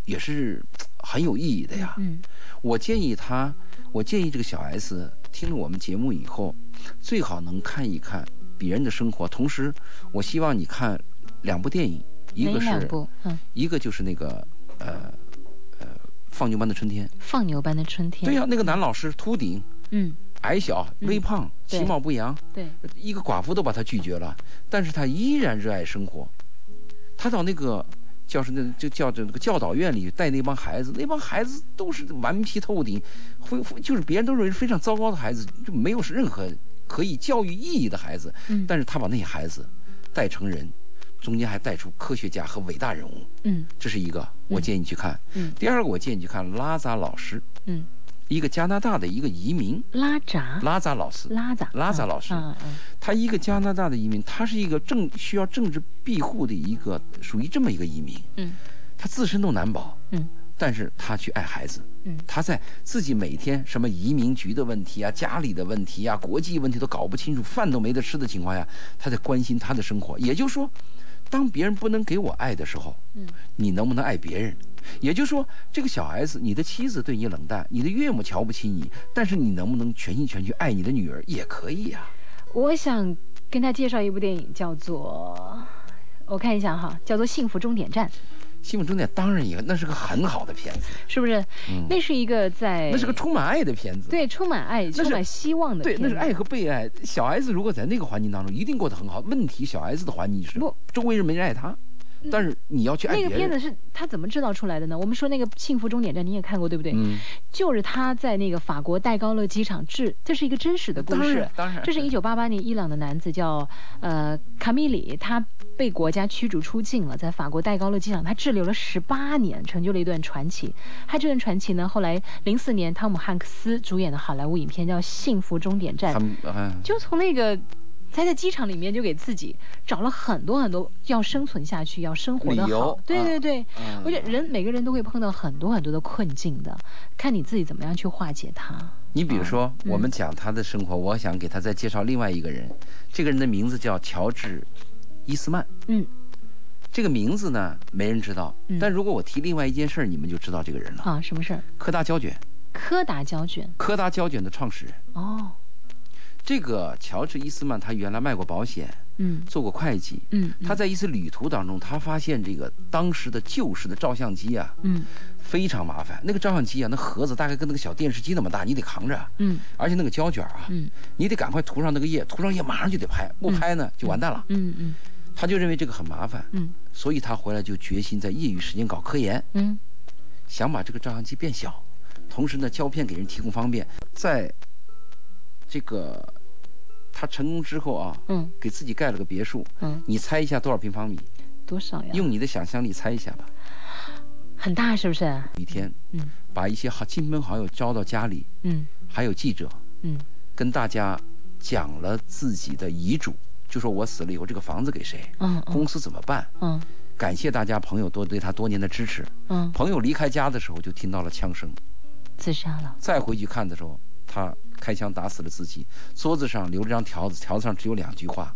也是很有意义的呀。
嗯
我建议他，我建议这个小 S 听了我们节目以后，最好能看一看别人的生活。同时，我希望你看两部电影，一
哪
个
两
是，
部？嗯，
一个就是那个呃呃放牛班的春天。
放牛班的春天。
对呀、那个男老师秃顶、
嗯
矮小、
嗯
微胖、
对
其貌不扬，
对，
一个寡妇都把他拒绝了，但是他依然热爱生活。他到那个叫什么，就叫这个教导院里带那帮孩子，那帮孩子都是顽皮透顶，非非就是别人都认为是非常糟糕的孩子，就没有任何可以教育意义的孩子。
嗯
但是他把那些孩子带成人，中间还带出科学家和伟大人物，
嗯
这是一个我建议你去看。
嗯
第二个我建议你去看拉扎老师，
嗯，
一个加拿大的一个移民，
拉闸
拉扎老师。
拉闸
拉闸
嗯
老师
嗯嗯
他一个加拿大的移民，他是一个政需要政治庇护的一个属于这么一个移民，
嗯
他自身都难保，
嗯
但是他去爱孩子，
嗯
他在自己每天什么移民局的问题啊、家里的问题啊、国际问题都搞不清楚，饭都没得吃的情况下，他在关心他的生活。也就是说，当别人不能给我爱的时候，
嗯
你能不能爱别人？也就是说，这个小 S，你的妻子对你冷淡，你的岳母瞧不起你，但是你能不能全心全意爱你的女儿也可以啊呀、
我想跟他介绍一部电影，叫做我看一下哈，叫做《幸福终点站》，
幸福终点当然也那是个很好的片子，
是不是？
嗯
那是一个在
那是个充满爱的片子。
哎对充满爱、
是
充满希望的
对，那
片
是
子
爱和被爱。小 S 如果在那个环境当中，一定过得很好。问题小 S 的环境是
不嗯
周围人没人爱她，但是你要去爱
那
别
个片子
人。
是他怎么制造出来的呢？我们说那个《幸福终点站》，你也看过对不对？
嗯，
就是他在那个法国戴高乐机场制，这是一个真实的故
当
事
然。当然
这是一九八八年伊朗的男子叫呃卡米里，他被国家驱逐出境了，在法国戴高乐机场，他滞留了十八年，成就了一段传奇。他这段传奇呢，后来零四年汤姆汉克斯主演的好莱坞影片叫《幸福终点站》
他，们啊，
哎就从那个。他在机场里面就给自己找了很多很多要生存下去、要生活的
理
好
由，
对
啊
对对，
嗯
我觉得人每个人都会碰到很多很多的困境的，看你自己怎么样去化解它。
你比如说，
嗯
我们讲他的生活，我想给他再介绍另外一个人，这个人的名字叫乔治·伊斯曼。
嗯
这个名字呢，没人知道
嗯，
但如果我提另外一件事儿，你们就知道这个人了。
啊，什么事儿？
柯达胶卷，
柯达胶卷
柯达胶卷的创始人。
哦，
这个乔治伊斯曼他原来卖过保险，
嗯
做过会计。
嗯，
他在一次旅途当中，他发现这个当时的旧式的照相机啊，
嗯
非常麻烦。那个照相机啊，那盒子大概跟那个小电视机那么大，你得扛着，
嗯
而且那个胶卷啊，
嗯
你得赶快涂上那个液，涂上液马上就得拍，不拍呢就完蛋了。
嗯嗯
他就认为这个很麻烦，
嗯
所以他回来就决心在业余时间搞科研，
嗯
想把这个照相机变小，同时呢，胶片给人提供方便。在这个他成功之后啊，
嗯
给自己盖了个别墅，
嗯，
你猜一下多少平方米？
多少呀？
用你的想象力猜一下吧。
很大是不是？
一天，
嗯
把一些好亲朋好友招到家里，
嗯
还有记者，
嗯
跟大家讲了自己的遗嘱，就说我死了以后这个房子给谁，
嗯嗯
公司怎么办。
嗯
感谢大家朋友多对他多年的支持。
嗯，
朋友离开家的时候就听到了枪声，
自杀了。
再回去看的时候，他开枪打死了自己。桌子上留了张条子，条子上只有两句话：“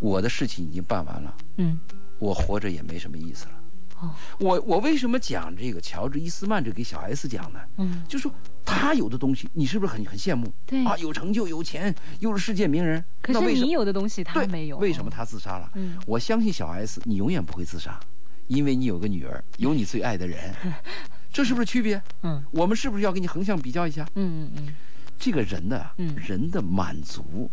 我的事情已经办完了，
嗯
我活着也没什么意思了。
哦
我”我为什么讲这个乔治伊斯曼这给小 S 讲呢？
嗯
就说他有的东西，你是不是很很羡慕？
对
啊，有成就、有钱，又是世界名人。
哎可
那
是
为什
你
么
有的东西他
对
没有，
为什么他自杀了？
嗯
我相信小 S，你永远不会自杀，因为你有个女儿，有你最爱的 人，这是不是区别？
嗯
我们是不是要给你横向比较一下？
嗯嗯嗯
这个人呢，
嗯
人的满足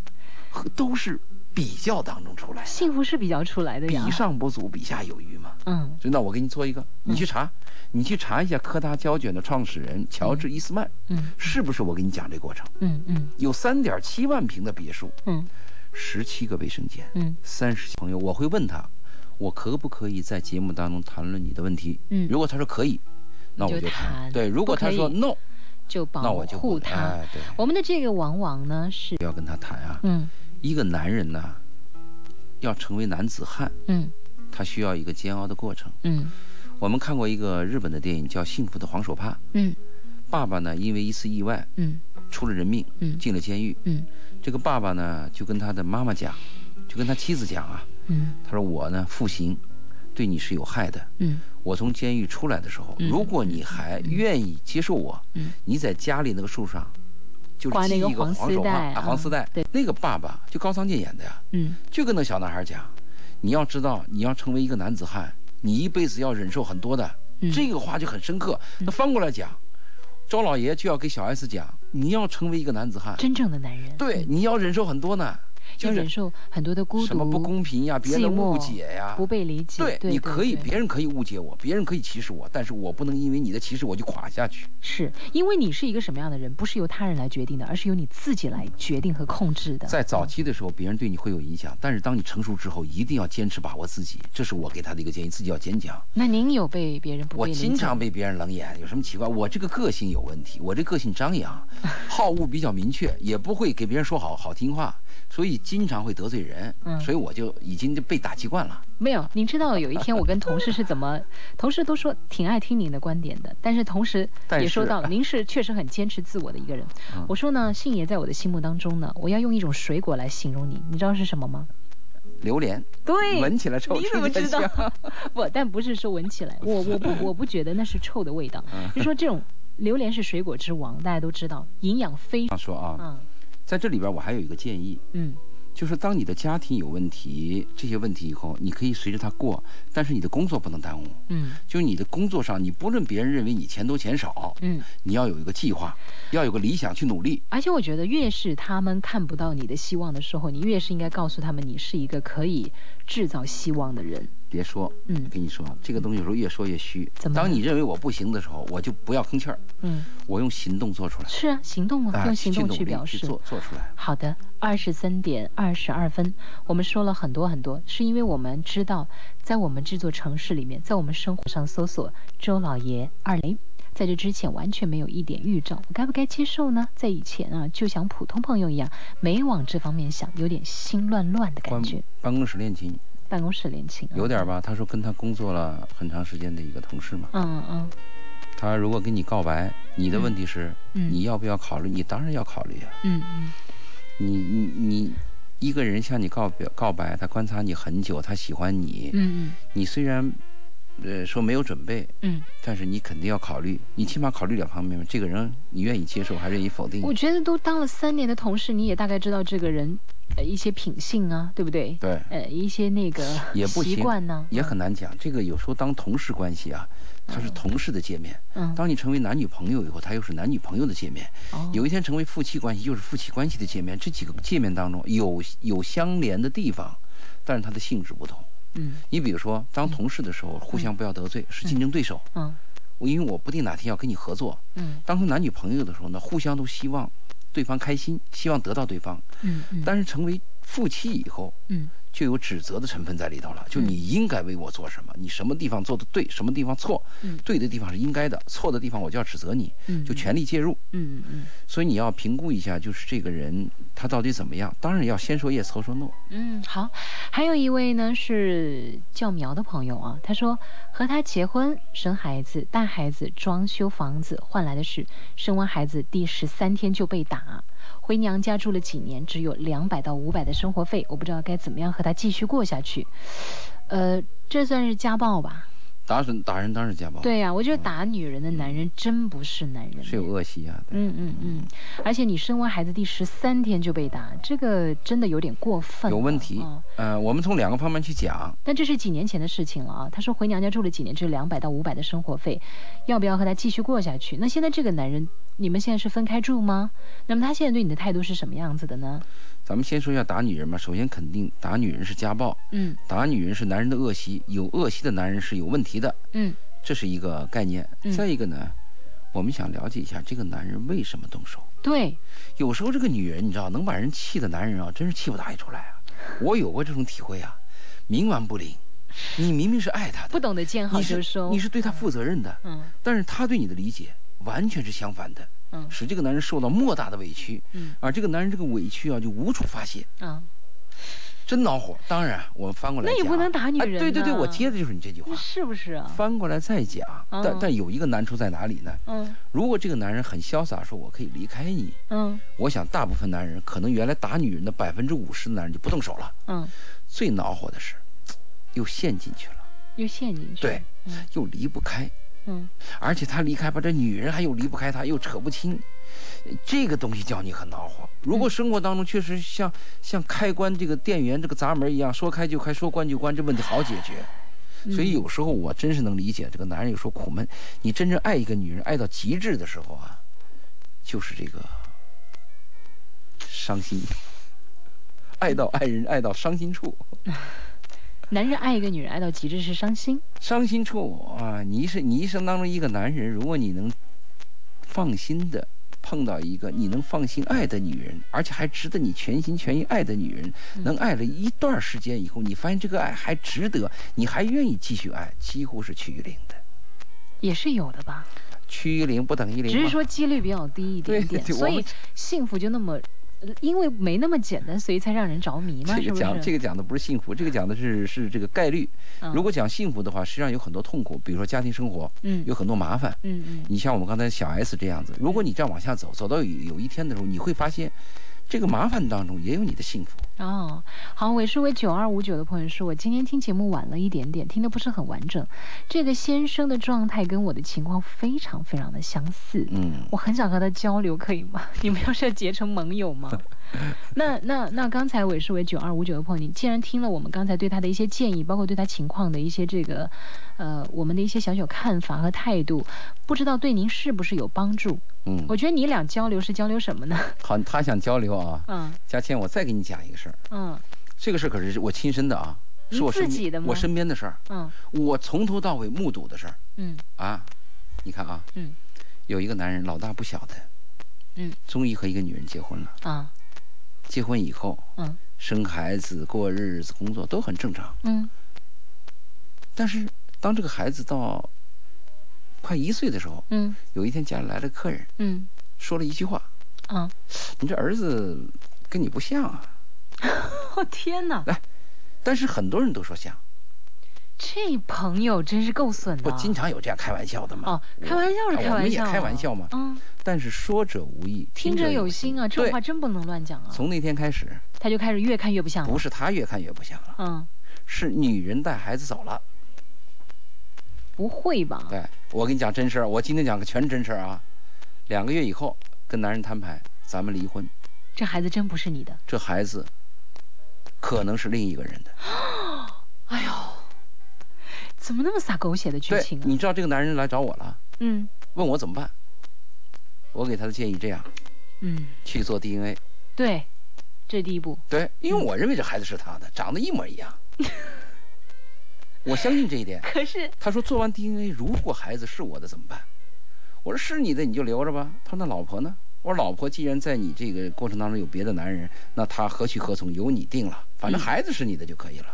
和都是比较当中出来的，
幸福是比啊较出来的呀。
比上不足，比下有余嘛。
嗯
所以那我给你做一个，你去查，你去查一下柯达胶卷的创始人乔治伊斯曼，
嗯
是不是我给你讲这过程？
嗯嗯
有三点七万平的别墅，
嗯
十七个卫生间，
嗯
三十朋友，我会问他，我可不可以在节目当中谈论你的问题？
嗯
如果他说可以，那我
就谈
对，如果
不可
他说
以
no，
就
那
保
我就不
护他。
哎，对，
我们的这个往往呢是
不要跟他谈啊。
嗯
一个男人呐，要成为男子汉，
嗯
他需要一个煎熬的过程。
嗯
我们看过一个日本的电影叫《幸福的黄手帕》，
嗯
爸爸呢因为一次意外
嗯
出了人命，
嗯
进了监狱。
嗯
这个爸爸呢就跟他的妈妈讲，就跟他妻子讲啊，
嗯
他说我呢服刑，对你是有害的。
嗯
我从监狱出来的时候，
嗯
如果你还愿意接受我，
嗯
你在家里那个树上，就是
挂那
系一
个
个
黄
黄
丝
手帕
带
啊，黄丝
啊
带。
对，
那个爸爸就高仓健演的呀，
嗯
就跟那小男孩讲，你要知道，你要成为一个男子汉，你一辈子要忍受很多的。
嗯
这个话就很深刻。那翻过来讲，周老爷就要给小 S 讲，你要成为一个男子汉，
真正的男人
对，你要忍受很多呢，就
要忍
是
受很多的孤独、
什么不公平呀，别人的
寂寞
误解呀，
不被理解。
对，
对，
你可以，
对
别人可以误解我，别人可以歧视我，但是我不能因为你的歧视我就垮下去。
是因为你是一个什么样的人，不是由他人来决定的，而是由你自己来决定和控制的。
在早期的时候，别人对你会有影响，但是当你成熟之后，一定要坚持把握自己，这是我给他的一个建议，自己要坚强。
那您有被别人不
我
被理解
经常被别人冷眼，有什么奇怪？我这个个性有问题，我这个性张 扬，好恶比较明确，也不会给别人说好好听话，所以经常会得罪人。
嗯
所以我就已经就被打击惯了。
没有？您知道有一天我跟同事是 怎么，同事都说挺爱听您的观点的，但是同时
但
也
是
说到您是确实很坚持自我的一个人。
嗯
我说呢，信爷在我的心目当中呢，我要用一种水果来形容你，你知道是什么吗？
榴莲，
对，
闻起来臭，
你
吃
怎么
起来
知 道
香？
不，但不是说闻起来，我我不我不觉得那是臭的味道，
嗯
就说这种榴莲是水果之王，大家都知道，营养非
这样
常
说啊，
嗯
在这里边我还有一个建议，
嗯
就是当你的家庭有问题，这些问题以后，你可以随着它过，但是你的工作不能耽误。
嗯
就是你的工作上，你不论别人认为你钱多钱少，
嗯，
你要有一个计划，要有个理想去努力。
而且我觉得越是他们看不到你的希望的时候，你越是应该告诉他们你是一个可以制造希望的人。
别说，
嗯
跟你说，这个东西有时候越说越虚。
怎么了
当你认为我不行的时候，我就不要吭气儿，
嗯，
我用行动做出来，
是啊，行动啊，
啊，
用行动
去努
去
力
表示。
去做做出来。
好的，二十三点二十二分，我们说了很多很多，是因为我们知道，在我们这座城市里面，在我们生活上搜索周老爷二雷。在这之前完全没有一点预兆，我该不该接受呢？在以前啊，就像普通朋友一样，没往这方面想，有点心乱乱的感
办
觉。嗯
办公室恋情
办公室恋情、啊，
有点吧？他说跟他工作了很长时间的一个同事嘛，
嗯嗯
他如果跟你告白，你的问题是，
嗯
你要不要考虑？你当然要考虑啊。
嗯嗯
你你你，一个人向你告表告白，他观察你很久，他喜欢你，
嗯嗯
你虽然呃说没有准备，
嗯，
但是你肯定要考虑，你起码考虑两方面，这个人你愿意接受还是愿意否定？
我觉得都当了三年的同事，你也大概知道这个人，呃，一些品性啊，对不对？
对，
呃，一些那个
也不
习
行
惯呢、
也很难讲。这个有时候当同事关系啊，它是同事的界面；
嗯，
当你成为男女朋友以后，它又是男女朋友的界面；
哦
有一天成为夫妻关系，又是夫妻关系的界面。这几个界面当中有有相连的地方，但是它的性质不同。
嗯
你比如说，当同事的时候，互相不要得罪，是竞争对手。
嗯
我因为我不定哪天要跟你合作。
嗯
当成男女朋友的时候呢，互相都希望对方开心，希望得到对方。
嗯嗯，
但是成为夫妻以后，
嗯
就有指责的成分在里头了。就你应该为我做什么，你什么地方做的对，什么地方错，
嗯
对的地方是应该的，错的地方我就要指责你，
嗯
就全力介入。
嗯嗯
所以你要评估一下，就是这个人他到底怎么样。当然要先说 yes 后说 no。
嗯，好，还有一位呢是叫苗的朋友啊，他说和他结婚、生孩子、带孩子、装修房子，换来的是生完孩子第十三天就被打，回娘家住了几年，只有两百到五百的生活费，我不知道该怎么样和他继续过下去。呃，这算是家暴吧？
打人打人当然家暴，，
对呀、我觉得打女人的男人真不是男人。
是有恶习啊。对
嗯嗯嗯，而且你生完孩子第十三天就被打，这个真的有点过分了，
有问题
啊。
呃，我们从两个方面去讲。
但这是几年前的事情了啊。他说回娘家住了几年，只有两百到五百的生活费，要不要和他继续过下去？那现在这个男人，你们现在是分开住吗？那么他现在对你的态度是什么样子的呢？
咱们先说一下打女人嘛。首先肯定打女人是家暴，
嗯
打女人是男人的恶习，有恶习的男人是有问题的。
嗯
这是一个概念
嗯。
再一个呢，我们想了解一下这个男人为什么动手。
对，
有时候这个女人，你知道，能把人气的男人啊，真是气不打一处来啊。我有过这种体会啊，冥顽不灵。你明明是爱他的，
不懂得见好
你
就是收。
你是对他负责任的，
嗯
但是他对你的理解完全是相反的，
嗯
使这个男人受到莫大的委屈，
嗯
而这个男人这个委屈啊就无处发泄，
啊，
真恼火。当然，我们翻过来
那也
讲，
不能打女人
哎。对对对，
呐
我接的就是你这句话
那。是不是啊？
翻过来再讲，
嗯
但但有一个难处在哪里呢？
嗯
如果这个男人很潇洒，说我可以离开你，
嗯
我想大部分男人可能原来打女人的百分之五十的男人就不动手了。
嗯，
最恼火的是，又陷进去了，
又陷进去。
对，
嗯
又离不开，
嗯
而且他离开吧，这女人还又离不开他，又扯不清，呃这个东西叫你很恼火。如果生活当中确实像像开关这个电源这个闸门一样，说开就开，说关就关，这问题好解决。所以有时候我真是能理解这个男人有时候苦闷。你真正爱一个女人爱到极致的时候啊，就是这个伤心， 爱到爱人爱到伤心处，
男人爱一个女人爱到极致是伤心。
伤心处啊！你是你一生当中一个男人，如果你能放心的。碰到一个你能放心爱的女人，而且还值得你全心全意爱的女人，
嗯
能爱了一段时间以后，你发现这个爱还值得，你还愿意继续爱，几乎是趋于零的。
也是有的吧，
趋于零不等于零吗，
只是说几率比较低一点
对
点，
对
所
我
以
们
幸福就那么，呃因为没那么简单，所以才让人着迷嘛，
这
是
个
不
讲
是？
这个讲的不是幸福，这个讲的是是这个概率。
嗯
如果讲幸福的话，实际上有很多痛苦，比如说家庭生活，
嗯
有很多麻烦。
嗯嗯
你像我们刚才小 S 这样子，如果你这样往下走，走到有有一天的时候，你会发现，这个麻烦当中也有你的幸福。
哦，好，尾数为九二五九的朋友说，我今天听节目晚了一点点，听的不是很完整。这个先生的状态跟我的情况非常非常的相似，
嗯，
我很想和他交流，可以吗？ 你们要是要结成盟友吗？那那那刚才韦世为九二五九的朋友，你既然听了我们刚才对他的一些建议，包括对他情况的一些这个，呃，我们的一些小小看法和态度，不知道对您是不是有帮助？
嗯
我觉得你俩交流是交流什么呢？
好，他想交流啊，
嗯
佳倩，我再给你讲一个事儿，
嗯
这个事儿可是我亲身的啊，
你
是我身
自己的吗
我身边的事儿，
嗯
我从头到尾目睹的事儿
嗯
啊。你看啊，
嗯
有一个男人老大不小的，
嗯
终于和一个女人结婚了，
啊
结婚以后。
嗯
生孩子、过日子、工作都很正常。
嗯
但是当这个孩子到快一岁的时候，
嗯
有一天家里来了个客人，
嗯
说了一句话
啊！：“
你这儿子跟你不像啊。
哦天哪，”
但是很多人都说像，
啊这朋友真是够损的
不
啊。
经常有这样开玩笑的嘛。
哦，
我
开玩笑是
哎
开
我
玩
们也
笑啊，
开玩笑嘛。
嗯。
但是说者无意，
听者有
有
心啊，这种话
对
真不能乱讲啊。
从那天开始，
他就开始越看越不像了。
不是他越看越不像了，
嗯，
是女人带孩子走了。
不会吧？
对我跟你讲真事儿，啊我今天讲个全是真事儿啊。两个月以后跟男人摊牌，咱们离婚，
这孩子真不是你的。
这孩子可能是另一个人的。
哎呦，怎么那么撒狗血的剧
对
情，啊？
你知道这个男人来找我了，
嗯
问我怎么办。我给他的建议这样，
嗯，
去做 DNA。
对，这是第一步。
对，因为我认为这孩子是他的，长得一模一样。我相信这一点。
可是，
他说做完 DNA，如果孩子是我的怎么办？我说是你的你就留着吧。他说那老婆呢？我说老婆既然在你这个过程当中有别的男人，那他何去何从由你定了，反正
嗯
孩子是你的就可以了。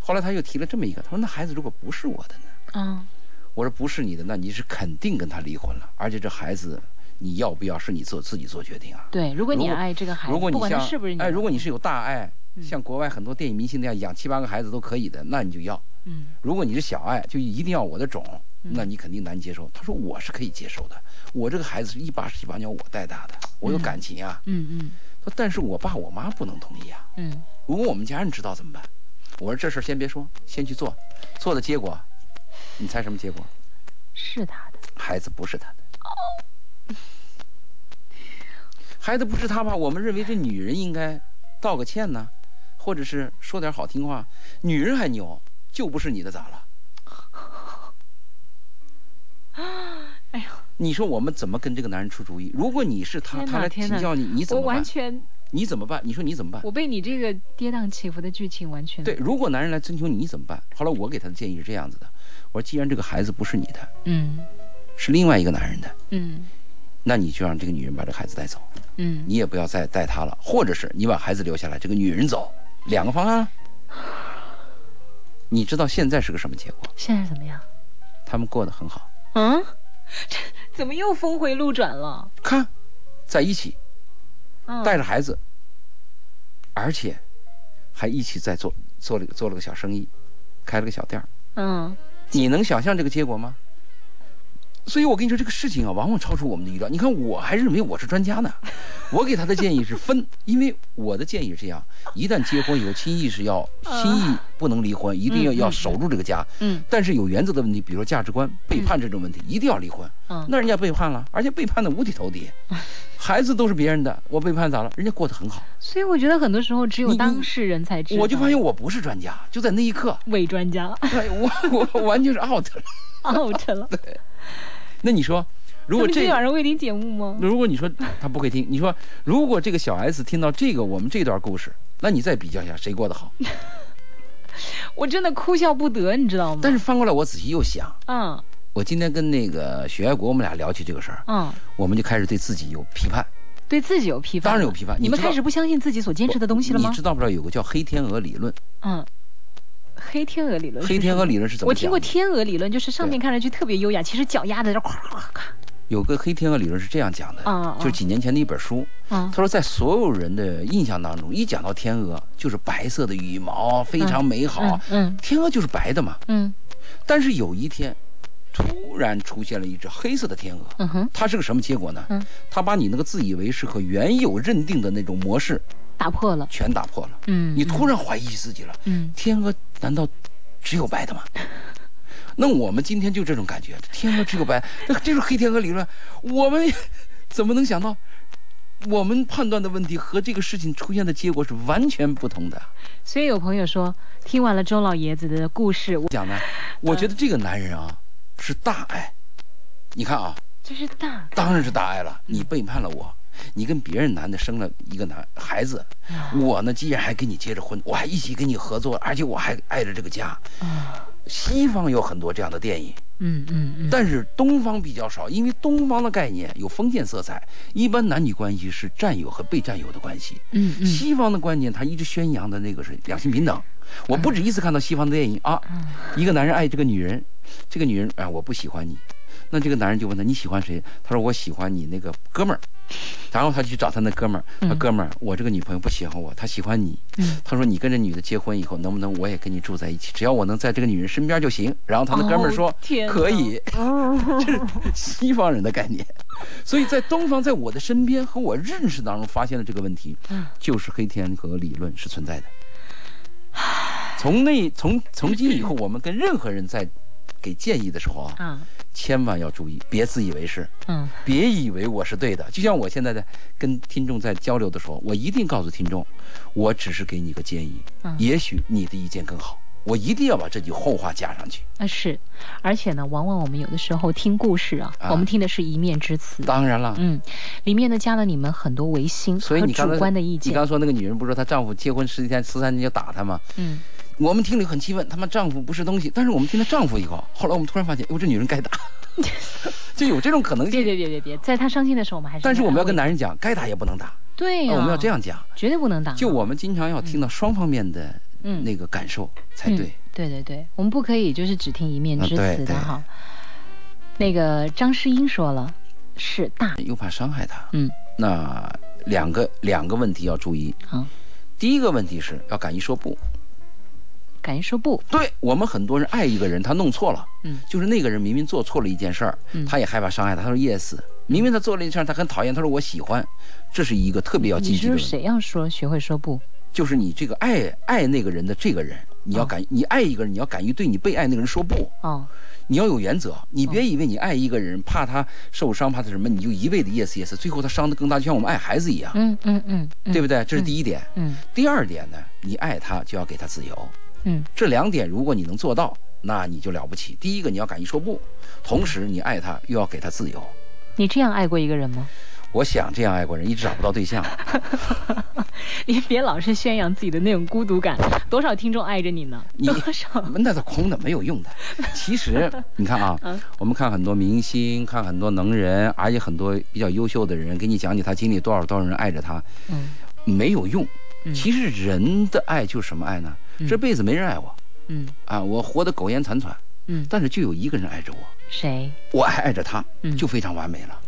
后来他又提了这么一个，他说那孩子如果不是我的呢？
嗯，
我说不是你的，那你是肯定跟他离婚了，而且这孩子你要不要是你做自己做决定啊。
对，如果你
如果
爱这个孩子，
如果你
不管他
像
是不是你的，
哎，如果你是有大爱，
嗯
像国外很多电影明星那样养七八个孩子都可以的，那你就要；
嗯
如果你是小爱，就一定要我的种，
嗯
那你肯定难接受。他说我是可以接受的，我这个孩子是一把屎一把尿我带大的，我有
嗯
感情啊。
嗯嗯
说但是我爸我妈不能同意啊。
嗯，
如果我们家人知道怎么办？我说这事儿先别说，先去做。做的结果，你猜什么结果？
是他的。
孩子不是他的。 孩子不是他吧？我们认为这女人应该道个歉呢，或者是说点好听话。女人还牛，就不是你的咋了？
哎呀，
你说我们怎么跟这个男人出主意？如果你是他，
天哪
他来请教你，你怎
我
么办
完？全，
你怎么办？你说你怎么办？
我被你这个跌宕起伏的剧情完全
对，，如果男人来征求你，你怎么办？后来我给他的建议是这样子的：我说，既然这个孩子不是你的，
嗯
是另外一个男人的，
嗯
那你就让这个女人把这个孩子带走。
嗯
你也不要再带他了，或者是你把孩子留下来，这个女人走，两个方案。啊你知道现在是个什么结果？
现在怎么样？
他们过得很好，
嗯， 这怎么又峰回路转了？
看，在一起
嗯，
带着孩子，而且还一起在做做了个做了个小生意，开了个小店儿。
嗯
你能想象这个结果吗？所以我跟你说，这个事情啊，往往超出我们的预料。你看，我还认为我是专家呢，我给他的建议是 分，因为我的建议是这样：一旦结婚以后，亲意是要
啊
心意不能离婚，一定要
嗯嗯
要守住这个家。
嗯
但是有原则的问题，比如说价值观、背叛这种问题，一定要离婚。
嗯，
那人家背叛了，而且背叛的五体投地，孩子都是别人的，我背叛咋了？人家过得很好，
所以我觉得很多时候只有
你
当事人才知道。
我就发现我不是专家，就在那一刻，
伪专 家
哎我我我完全是 out 了。
out 了。
那你说， 如果
他们今
这
天晚上会听节目吗？
如果你说他不会 听，你说如果这个小 S 听到这个我们这段故事，那你再比较一下谁过得
嗯
好。
我真的哭笑不得，你知道吗？
但是翻过来我仔细又想，
嗯
我今天跟那个许爱国我们俩聊起这个事儿，
嗯，
我们就开始对自己有批判，
对自己有批判，
当然有批判。
你们
知道
开始不相信自己所坚持的东西了吗
你？知道不知道有个叫黑天鹅理论？
嗯，黑天鹅呃理论是什么。
黑天鹅理论是怎么
我
讲
听
的？
过天鹅理论，就是上面看上去特别优雅，其实脚丫子在这咵咵咵。
有个黑天鹅理论是这样讲的，
嗯嗯
就是几年前的一本书，
嗯
他说，在所有人的印象当中，一讲到天鹅就是白色的羽毛，非常美好，
嗯
天鹅就是白的嘛。
嗯
但是有一天，突然出现了一只黑色的天鹅，
嗯哼，
它是个什么结果呢？
嗯，
它把你那个自以为是和原有认定的那种模式
打破了。
全打破了，
嗯，
你突然怀疑自己了。
嗯
天鹅难道只有白的 吗？那我们今天就这种感觉，天鹅只有白，那这是黑天鹅理论，我们怎么能想到？我们判断的问题和这个事情出现的结果是完全不同的。
嗯，所以有朋友说，听完了周老爷子的故事，我
讲呢，我觉得这个男人啊是大爱。你看啊，
这是大
当然是大爱了。你背叛了我，你跟别人男的生了一个男孩子，
啊
我呢既然还跟你结着婚，我还一起跟你合作，而且我还爱着这个家。
啊，
西方有很多这样的电影，
嗯嗯嗯，
但是东方比较少，因为东方的概念有封建色彩，一般男女关系是占有和被占有的关系。
嗯嗯
西方的观念，他一直宣扬的那个是两性平等。我不止一次看到西方的电影啊，
嗯
一个男人爱这个女人，这个女人哎我不喜欢你，那这个男人就问他你喜欢谁？他说我喜欢你那个哥们儿，然后他去找他那哥们儿，他
嗯
哥们儿我这个女朋友不喜欢我，她喜欢你。
嗯，
他说你跟这女的结婚以后能不能我也跟你住在一起？只要我能在这个女人身边就行。然后他那哥们儿说、
哦天哪
可 以，这是西方人的概念。所以在东方，在我的身边和我认识当中发现了这个问题，
嗯
就是黑天鹅理论是存在的。从那从从今以后，我们跟任何人在给建议的时候啊，
啊，
千万要注意，别自以为是，
嗯
别以为我是对的。就像我现在在跟听众在交流的时候，我一定告诉听众，我只是给你个建议，
嗯，
也许你的意见更好。我一定要把这句后话加上去。
啊是，而且呢，往往我们有的时候听故事啊，
啊
我们听的是一面之词，
当然了，
嗯，里面呢加了你们很多违心
所以
和
你刚才
主观的意
你
见
刚，说那个女人不是说她丈夫结婚十几天、十三天就打她吗？
嗯，
我们听了很气愤，他妈丈夫不是东西。但是我们听了丈夫以后，后来我们突然发现，哟，这女人 该打，就有这种可能性。
别别别别别，在他伤心的时候，我们还是
但是我们要跟
安慰
男人讲，该打也不能打，
对呀、
我们要这，样讲。
绝对不能打，
就我们经常要听到双方面的
嗯
那个感受才对。
嗯对对对，我们不可以就是只听一面之
啊
词
对
的
对
哈。那个张诗英说了，是大，
又怕伤害他。
嗯，
那两个两个问题要注意。
好，
第一个问题是要敢于说不。
敢于说不，
对我们很多人爱一个人，他弄错了，
嗯
就是那个人明明做错了一件事儿，
嗯，
他也害怕伤害他。他说 yes，明明他做了一件事儿，他很讨厌，他说我喜欢，这是一个特别要
你
积极的
说
问题，
谁要说学会说不？
就是你这个爱爱那个人的这个人，你要
嗯
敢，你爱一个人，你要敢于对你被爱那个人说不，
哦，
你要有原则，你别以为你爱一个人，怕他受伤，怕他什么，你就一味的 yes yes，最后他伤得更大，就像我们爱孩子一样，
嗯嗯嗯，嗯
对不？对？这是第一点。
嗯
第二点呢，你爱他就要给他自由，
嗯
这两点如果你能做到，那你就了不起。第一个你要敢于说不，同时你爱他又要给他自由。
你这样爱过一个人吗？
我想这样爱过人，一直找不到对象。
你别老是宣扬自己的那种孤独感，多少听众爱着你呢？
你
多少？
那是空的，没有 用的。其实你看
嗯
啊，我们看很多明星，看很多能人，而且很多比较优秀的人，给你讲解他经历多少多少人爱着他，
嗯，
没有用。
嗯
其实人的爱就是什么爱呢？
嗯
这辈子没人爱我
嗯
啊，我活得苟延残喘，
嗯，
但是就有一个人爱着我，
谁？
我还爱着他
嗯，
就非常完美了。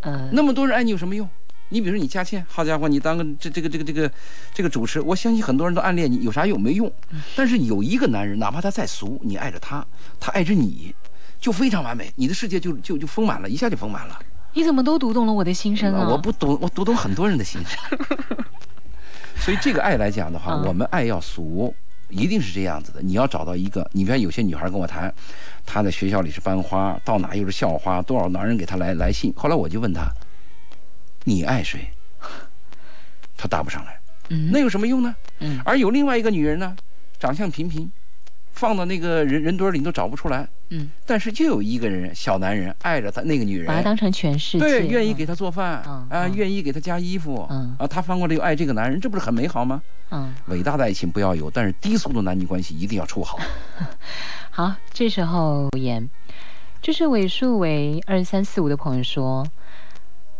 呃，
那么多人爱你有什么用？你比如说你佳倩，好家伙，你当个这这个这个这个这个主持，我相信很多人都暗恋你，有啥用？没用。但是有一个男人，哪怕他再俗，你爱着他，他爱着你，就非常完美，你的世界就就就丰满了，一下就丰满了。
你怎么都读懂了我的心声啊？
我不懂，我读懂很多人的心 声。所以这个爱来讲的话，
嗯
我们爱要俗，一定是这样子的。你要找到一个，你比方有些女孩跟我谈，她在学校里是班花，到哪又是校花，多少男人给她来来信。后来我就问她，你爱 谁？她答不上来，
嗯，
那有什么用呢？
嗯
而有另外一个女人呢，长相平平，放到那个人人堆里你都找不出来，
嗯，
但是就有一个人小男人爱着她那个女人，
把它当成全世界，
对，愿意
嗯
给他做饭
嗯
啊，
嗯
愿意给他加衣服
嗯
啊，他翻过来又爱这个男人，这不是很美好吗？
嗯，
伟大的爱情不要有，但是低俗的男女关系一定要处好。
好，这时候言，这是尾数为二三四五的朋友说。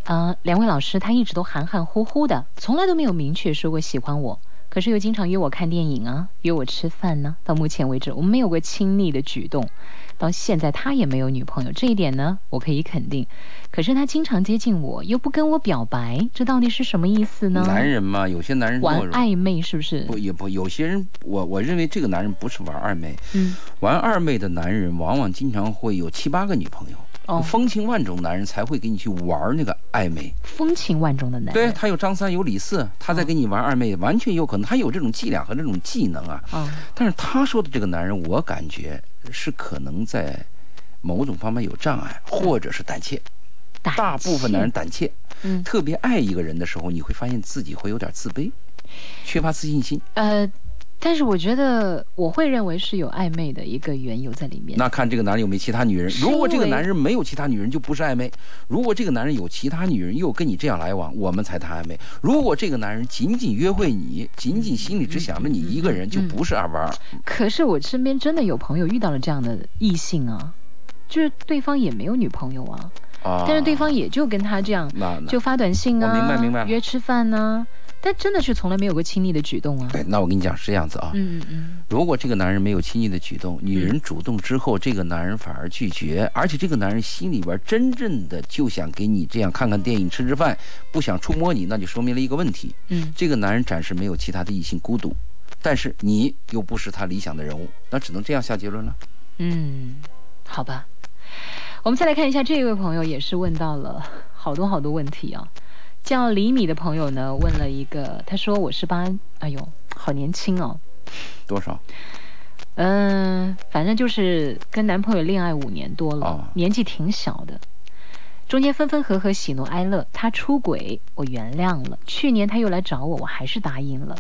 啊、两位老师，他一直都含含糊糊的，从来都没有明确说过喜欢我，可是又经常约我看电影啊，约我吃饭呢、到目前为止，我们没有过亲昵的举动，到现在他也没有女朋友，这一点呢，我可以肯定。可是他经常接近我，又不跟我表白，这到底是什么意思呢？
男人嘛，有些男人
玩
懦弱，
暧昧是不是？
不也不，有些人我我认为这个男人不是玩二妹，
嗯，
玩二妹的男人往往经常会有七八个女朋友，
哦，
风情万种男人才会给你去玩那个暧昧。
风情万种的男
对
人。
他有张三有李四，他在跟你玩二妹，完全有可能他有这种伎俩和这种技能啊。
啊、
但是他说的这个男人，我感觉是可能在某种方面有障
嗯
碍，或者是胆怯。
胆
大部分男人
怯，
胆怯，
嗯，
特别爱一个人的时候，你会发现自己会有点自卑，
嗯
缺乏自信心。
呃，但是我觉得我会认为是有暧昧的一个缘由在里面。
那看这个男人有没有其他女人。
是因为
如果这个男人没有其他女人，就不是暧昧；如果这个男人有其他女人，又跟你这样来往，我们才谈暧昧。如果这个男人仅仅约会你，仅仅心里只想着你一个人，就
嗯
不是二玩儿。
可是我身边真的有朋友遇到了这样的异性啊，就是对方也没有女朋友啊，
啊，
但是对方也就跟他这样
那那
就发短信啊，
我明白明白了
约吃饭呐、但真的是从来没有过亲昵的举动啊。
对，哎那我跟你讲是这样子啊。
嗯嗯嗯，
如果这个男人没有亲昵的举动，女人主动之后，这个男人反而拒绝，而且这个男人心里边真正的就想给你这样看看电影、吃吃饭，不想触摸你，那就说明了一个问题：
嗯
这个男人暂时没有其他的异性孤独，但是你又不是他理想的人物，那只能这样下结论了。
嗯，好吧。我们再来看一下这位朋友，也是问到了好多好多问题啊。叫李米的朋友呢，啊问了一个，他说我是八，哎呦，好年轻哦，
多少？
嗯、反正就是跟男朋友恋爱五年多了，
啊
年纪挺小的，中间分分合合，喜怒哀乐。他出轨，我原谅了。去年他又来找我，我还是答应了。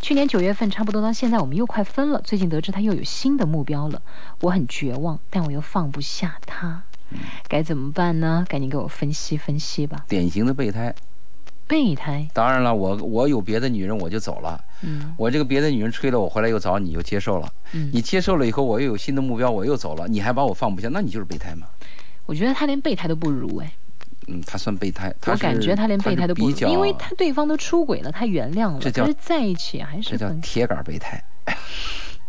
去年九月份差不多到现在，我们又快分了。最近得知他又有新的目标了，我很绝望，但我又放不下他，该怎么办呢？赶紧给我分析分析吧。
典型的备胎。
备胎，
当然了，我我有别的女人我就走了，
嗯
我这个别的女人吹了我回来又找你，又接受了，
嗯，
你接受了以后我又有新的目标，我又走了，你还把我放不下，那你就是备胎嘛。
我觉得他连备胎都不如哎。
嗯，他算备胎，他
我
是
感觉他连备胎都不
他
如
是比，较
因为他对方都出轨了，他原谅了，
这叫
可是在一起还
这
是
叫
很
铁杆备胎、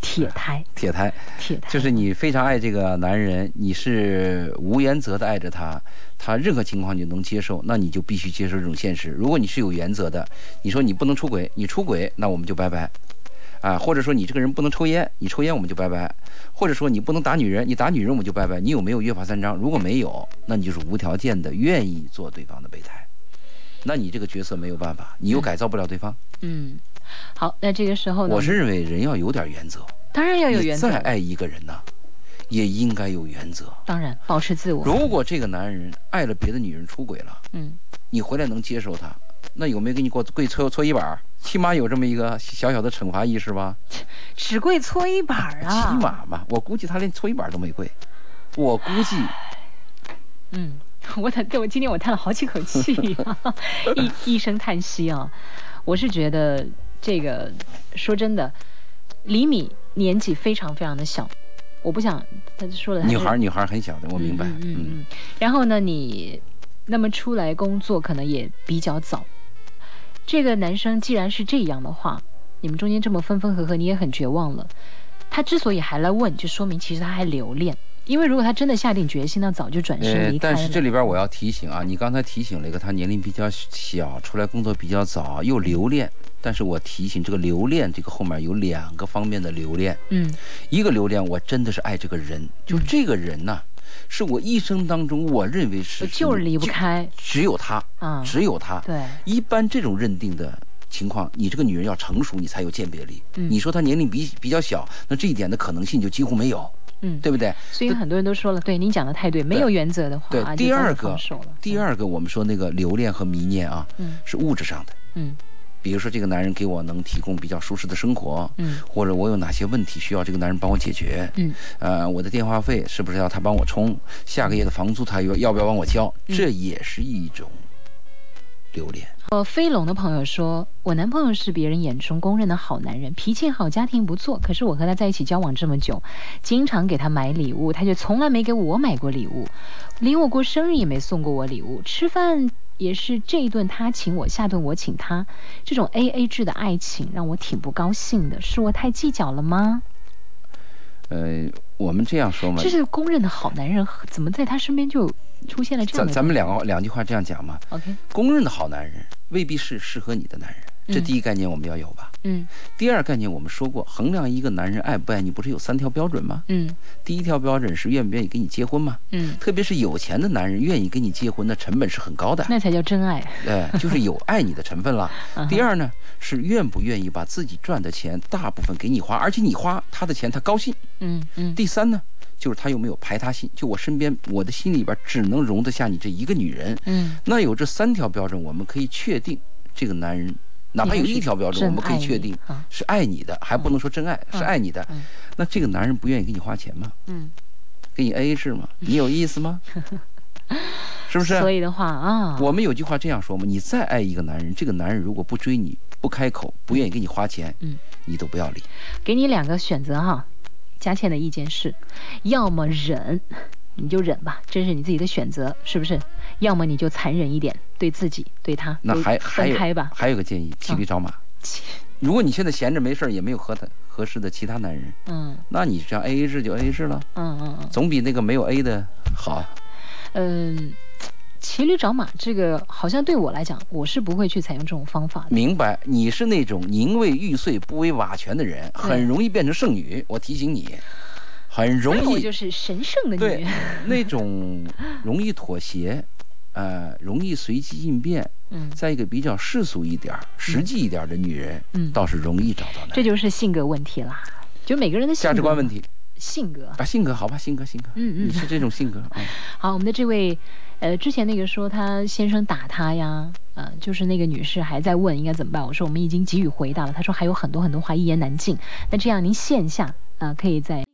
铁胎，
铁胎，
铁胎
就是你非常爱这个男人，你是无原则的爱着他，他任何情况你都能接受，那你就必须接受这种现实。如果你是有原则的，你说你不能出轨，你出轨那我们就拜拜。啊，或者说你这个人不能抽烟，你抽烟我们就拜拜；或者说你不能打女人，你打女人我们就拜拜。你有没有约法三章？如果没有，那你就是无条件的愿意做对方的备胎，那你这个角色没有办法，你又改造不了对方。
嗯，好，那这个时候呢，
我是认为人要有点原则，
当然要有原则
你，再爱一个人呢、也应该有原则。
当然保持自我，
如果这个男人爱了别的女人出轨了，
嗯，
你回来能接受他，那有没有给你过跪搓搓衣板儿？起码有这么一个小小的惩罚意识吧？
只跪搓衣板儿啊，
起码吧，我估计他连搓衣板都没跪。我估计，
啊嗯， 我叹，对我今天我叹了好几口气、啊， 一一声叹息啊。我是觉得这个，说真的，李米年纪非常非常的小，我不想，他就说了，他是
女孩儿女孩儿很小的，我明白。
嗯嗯嗯嗯。然后呢，你那么出来工作可能也比较早。这个男生既然是这样的话，你们中间这么分分合合，你也很绝望了。他之所以还来问，就说明其实他还留恋。因为如果他真的下定决心，那早就转身
呃
离，开
但
了。
是这里边我要提醒啊，你刚才提醒了一个，他年龄比较小，出来工作比较早，又留恋。但是我提醒这个留恋，这个后面有两个方面的留恋，
嗯
一个留恋我真的是爱这个人，就
嗯
这个人呐，是我一生当中我认为是
就是离不，开
只有他，
啊。
只有他。
对，
一般这种认定的情况，你这个女人要成熟，你才有鉴别力。
嗯
你说她年龄比比较小，那这一点的可能性就几乎没有，
嗯，
对不对？
所以很多人都说了，对您讲的太对，没有原则的话，
对
啊，
第二
就真的
个
放手了，
第二个我们说那个留恋和迷恋啊，
嗯
是物质上的，
嗯
比如说这个男人给我能提供比较舒适的生活，
嗯
或者我有哪些问题需要这个男人帮我解决，
嗯
呃，我的电话费是不是要他帮我充？下个月的房租他要要不要帮我交？
嗯
这也是一种留恋。
我飞呃龙的朋友说，我男朋友是别人眼中公认的好男人，脾气好，家庭不错。可是我和他在一起交往这么久，经常给他买礼物，他却从来没给我买过礼物，连我过生日也没送过我礼物，吃饭也是这一顿他请我，下顿我请他，这种 A A 制的爱情让我挺不高兴的，是我太计较了吗？
呃，我们这样说嘛，
这是公认的好男人，怎么在他身边就出现了这样
咱
的？
咱们两个两句话这样讲嘛，
OK，
公认的好男人未必是适合你的男人，这
嗯
第一概念我们要有吧。
嗯
第二概念我们说过，衡量一个男人爱不爱你，不是有三条标准吗？
嗯
第一条标准是愿不愿意跟你结婚吗？
嗯，
特别是有钱的男人愿意跟你结婚，那成本是很高的，
那才叫真爱。 嗯
哎，就是有爱你的成分了。第二呢，是愿不愿意把自己赚的钱大部分给你花，而且你花他的钱他高兴。
嗯嗯
第三呢，就是他有没有排他性，就我身边我的心里边只能容得下你这一个女人。
嗯
那有这三条标准，我们可以确定这个男人，哪怕有一条标准，我们可以确定
啊，
是爱你的，还不能说真爱，
嗯
是爱你的。
嗯
那这个男人不愿意给你花钱吗？
嗯，
给你 AA 制吗？你有意思 吗？是不是？
所以的话啊，
我们有句话这样说嘛：你再爱一个男人，这个男人如果不追你、不开口、不愿意给你花钱，
嗯，
你都不要理。
给你两个选择哈。佳倩的意见是，要么忍，你就忍吧，这是你自己的选择，是不是？要么你就残忍一点，对自己、对他
那
都
还还
分
有
开吧。嗯
还有个建议：骑驴找马。如果你现在闲着没事儿，也没有合他合适的其他男人，
嗯
那你这样 A A 制就 A A 制了，
嗯嗯嗯
总比那个没有 A 的好。
嗯，骑驴找马这个好像对我来讲，我是不会去采用这种方法的。
明白？你是那种宁为玉碎不为瓦全的人，很容易变成剩女。我提醒你，很容
那我
易
就是神圣的
对
女，
那种容易妥协，呃，容易随机应变，
嗯，
再一个比较世俗一点儿、实际一点儿的女人，
嗯
倒是容易找到男
这
人。
就是性格问题啦。就每个人的性格
价值观问题
性格。
啊，性格好吧，性格性格，
嗯嗯
你是这种性格啊、
好，我们的这位，呃，之前那个说她先生打她呀，呃，就是那个女士还在问应该怎么办，我说我们已经给予回答了，她说还有很多很多话一言难尽，那这样您线下啊、呃可以再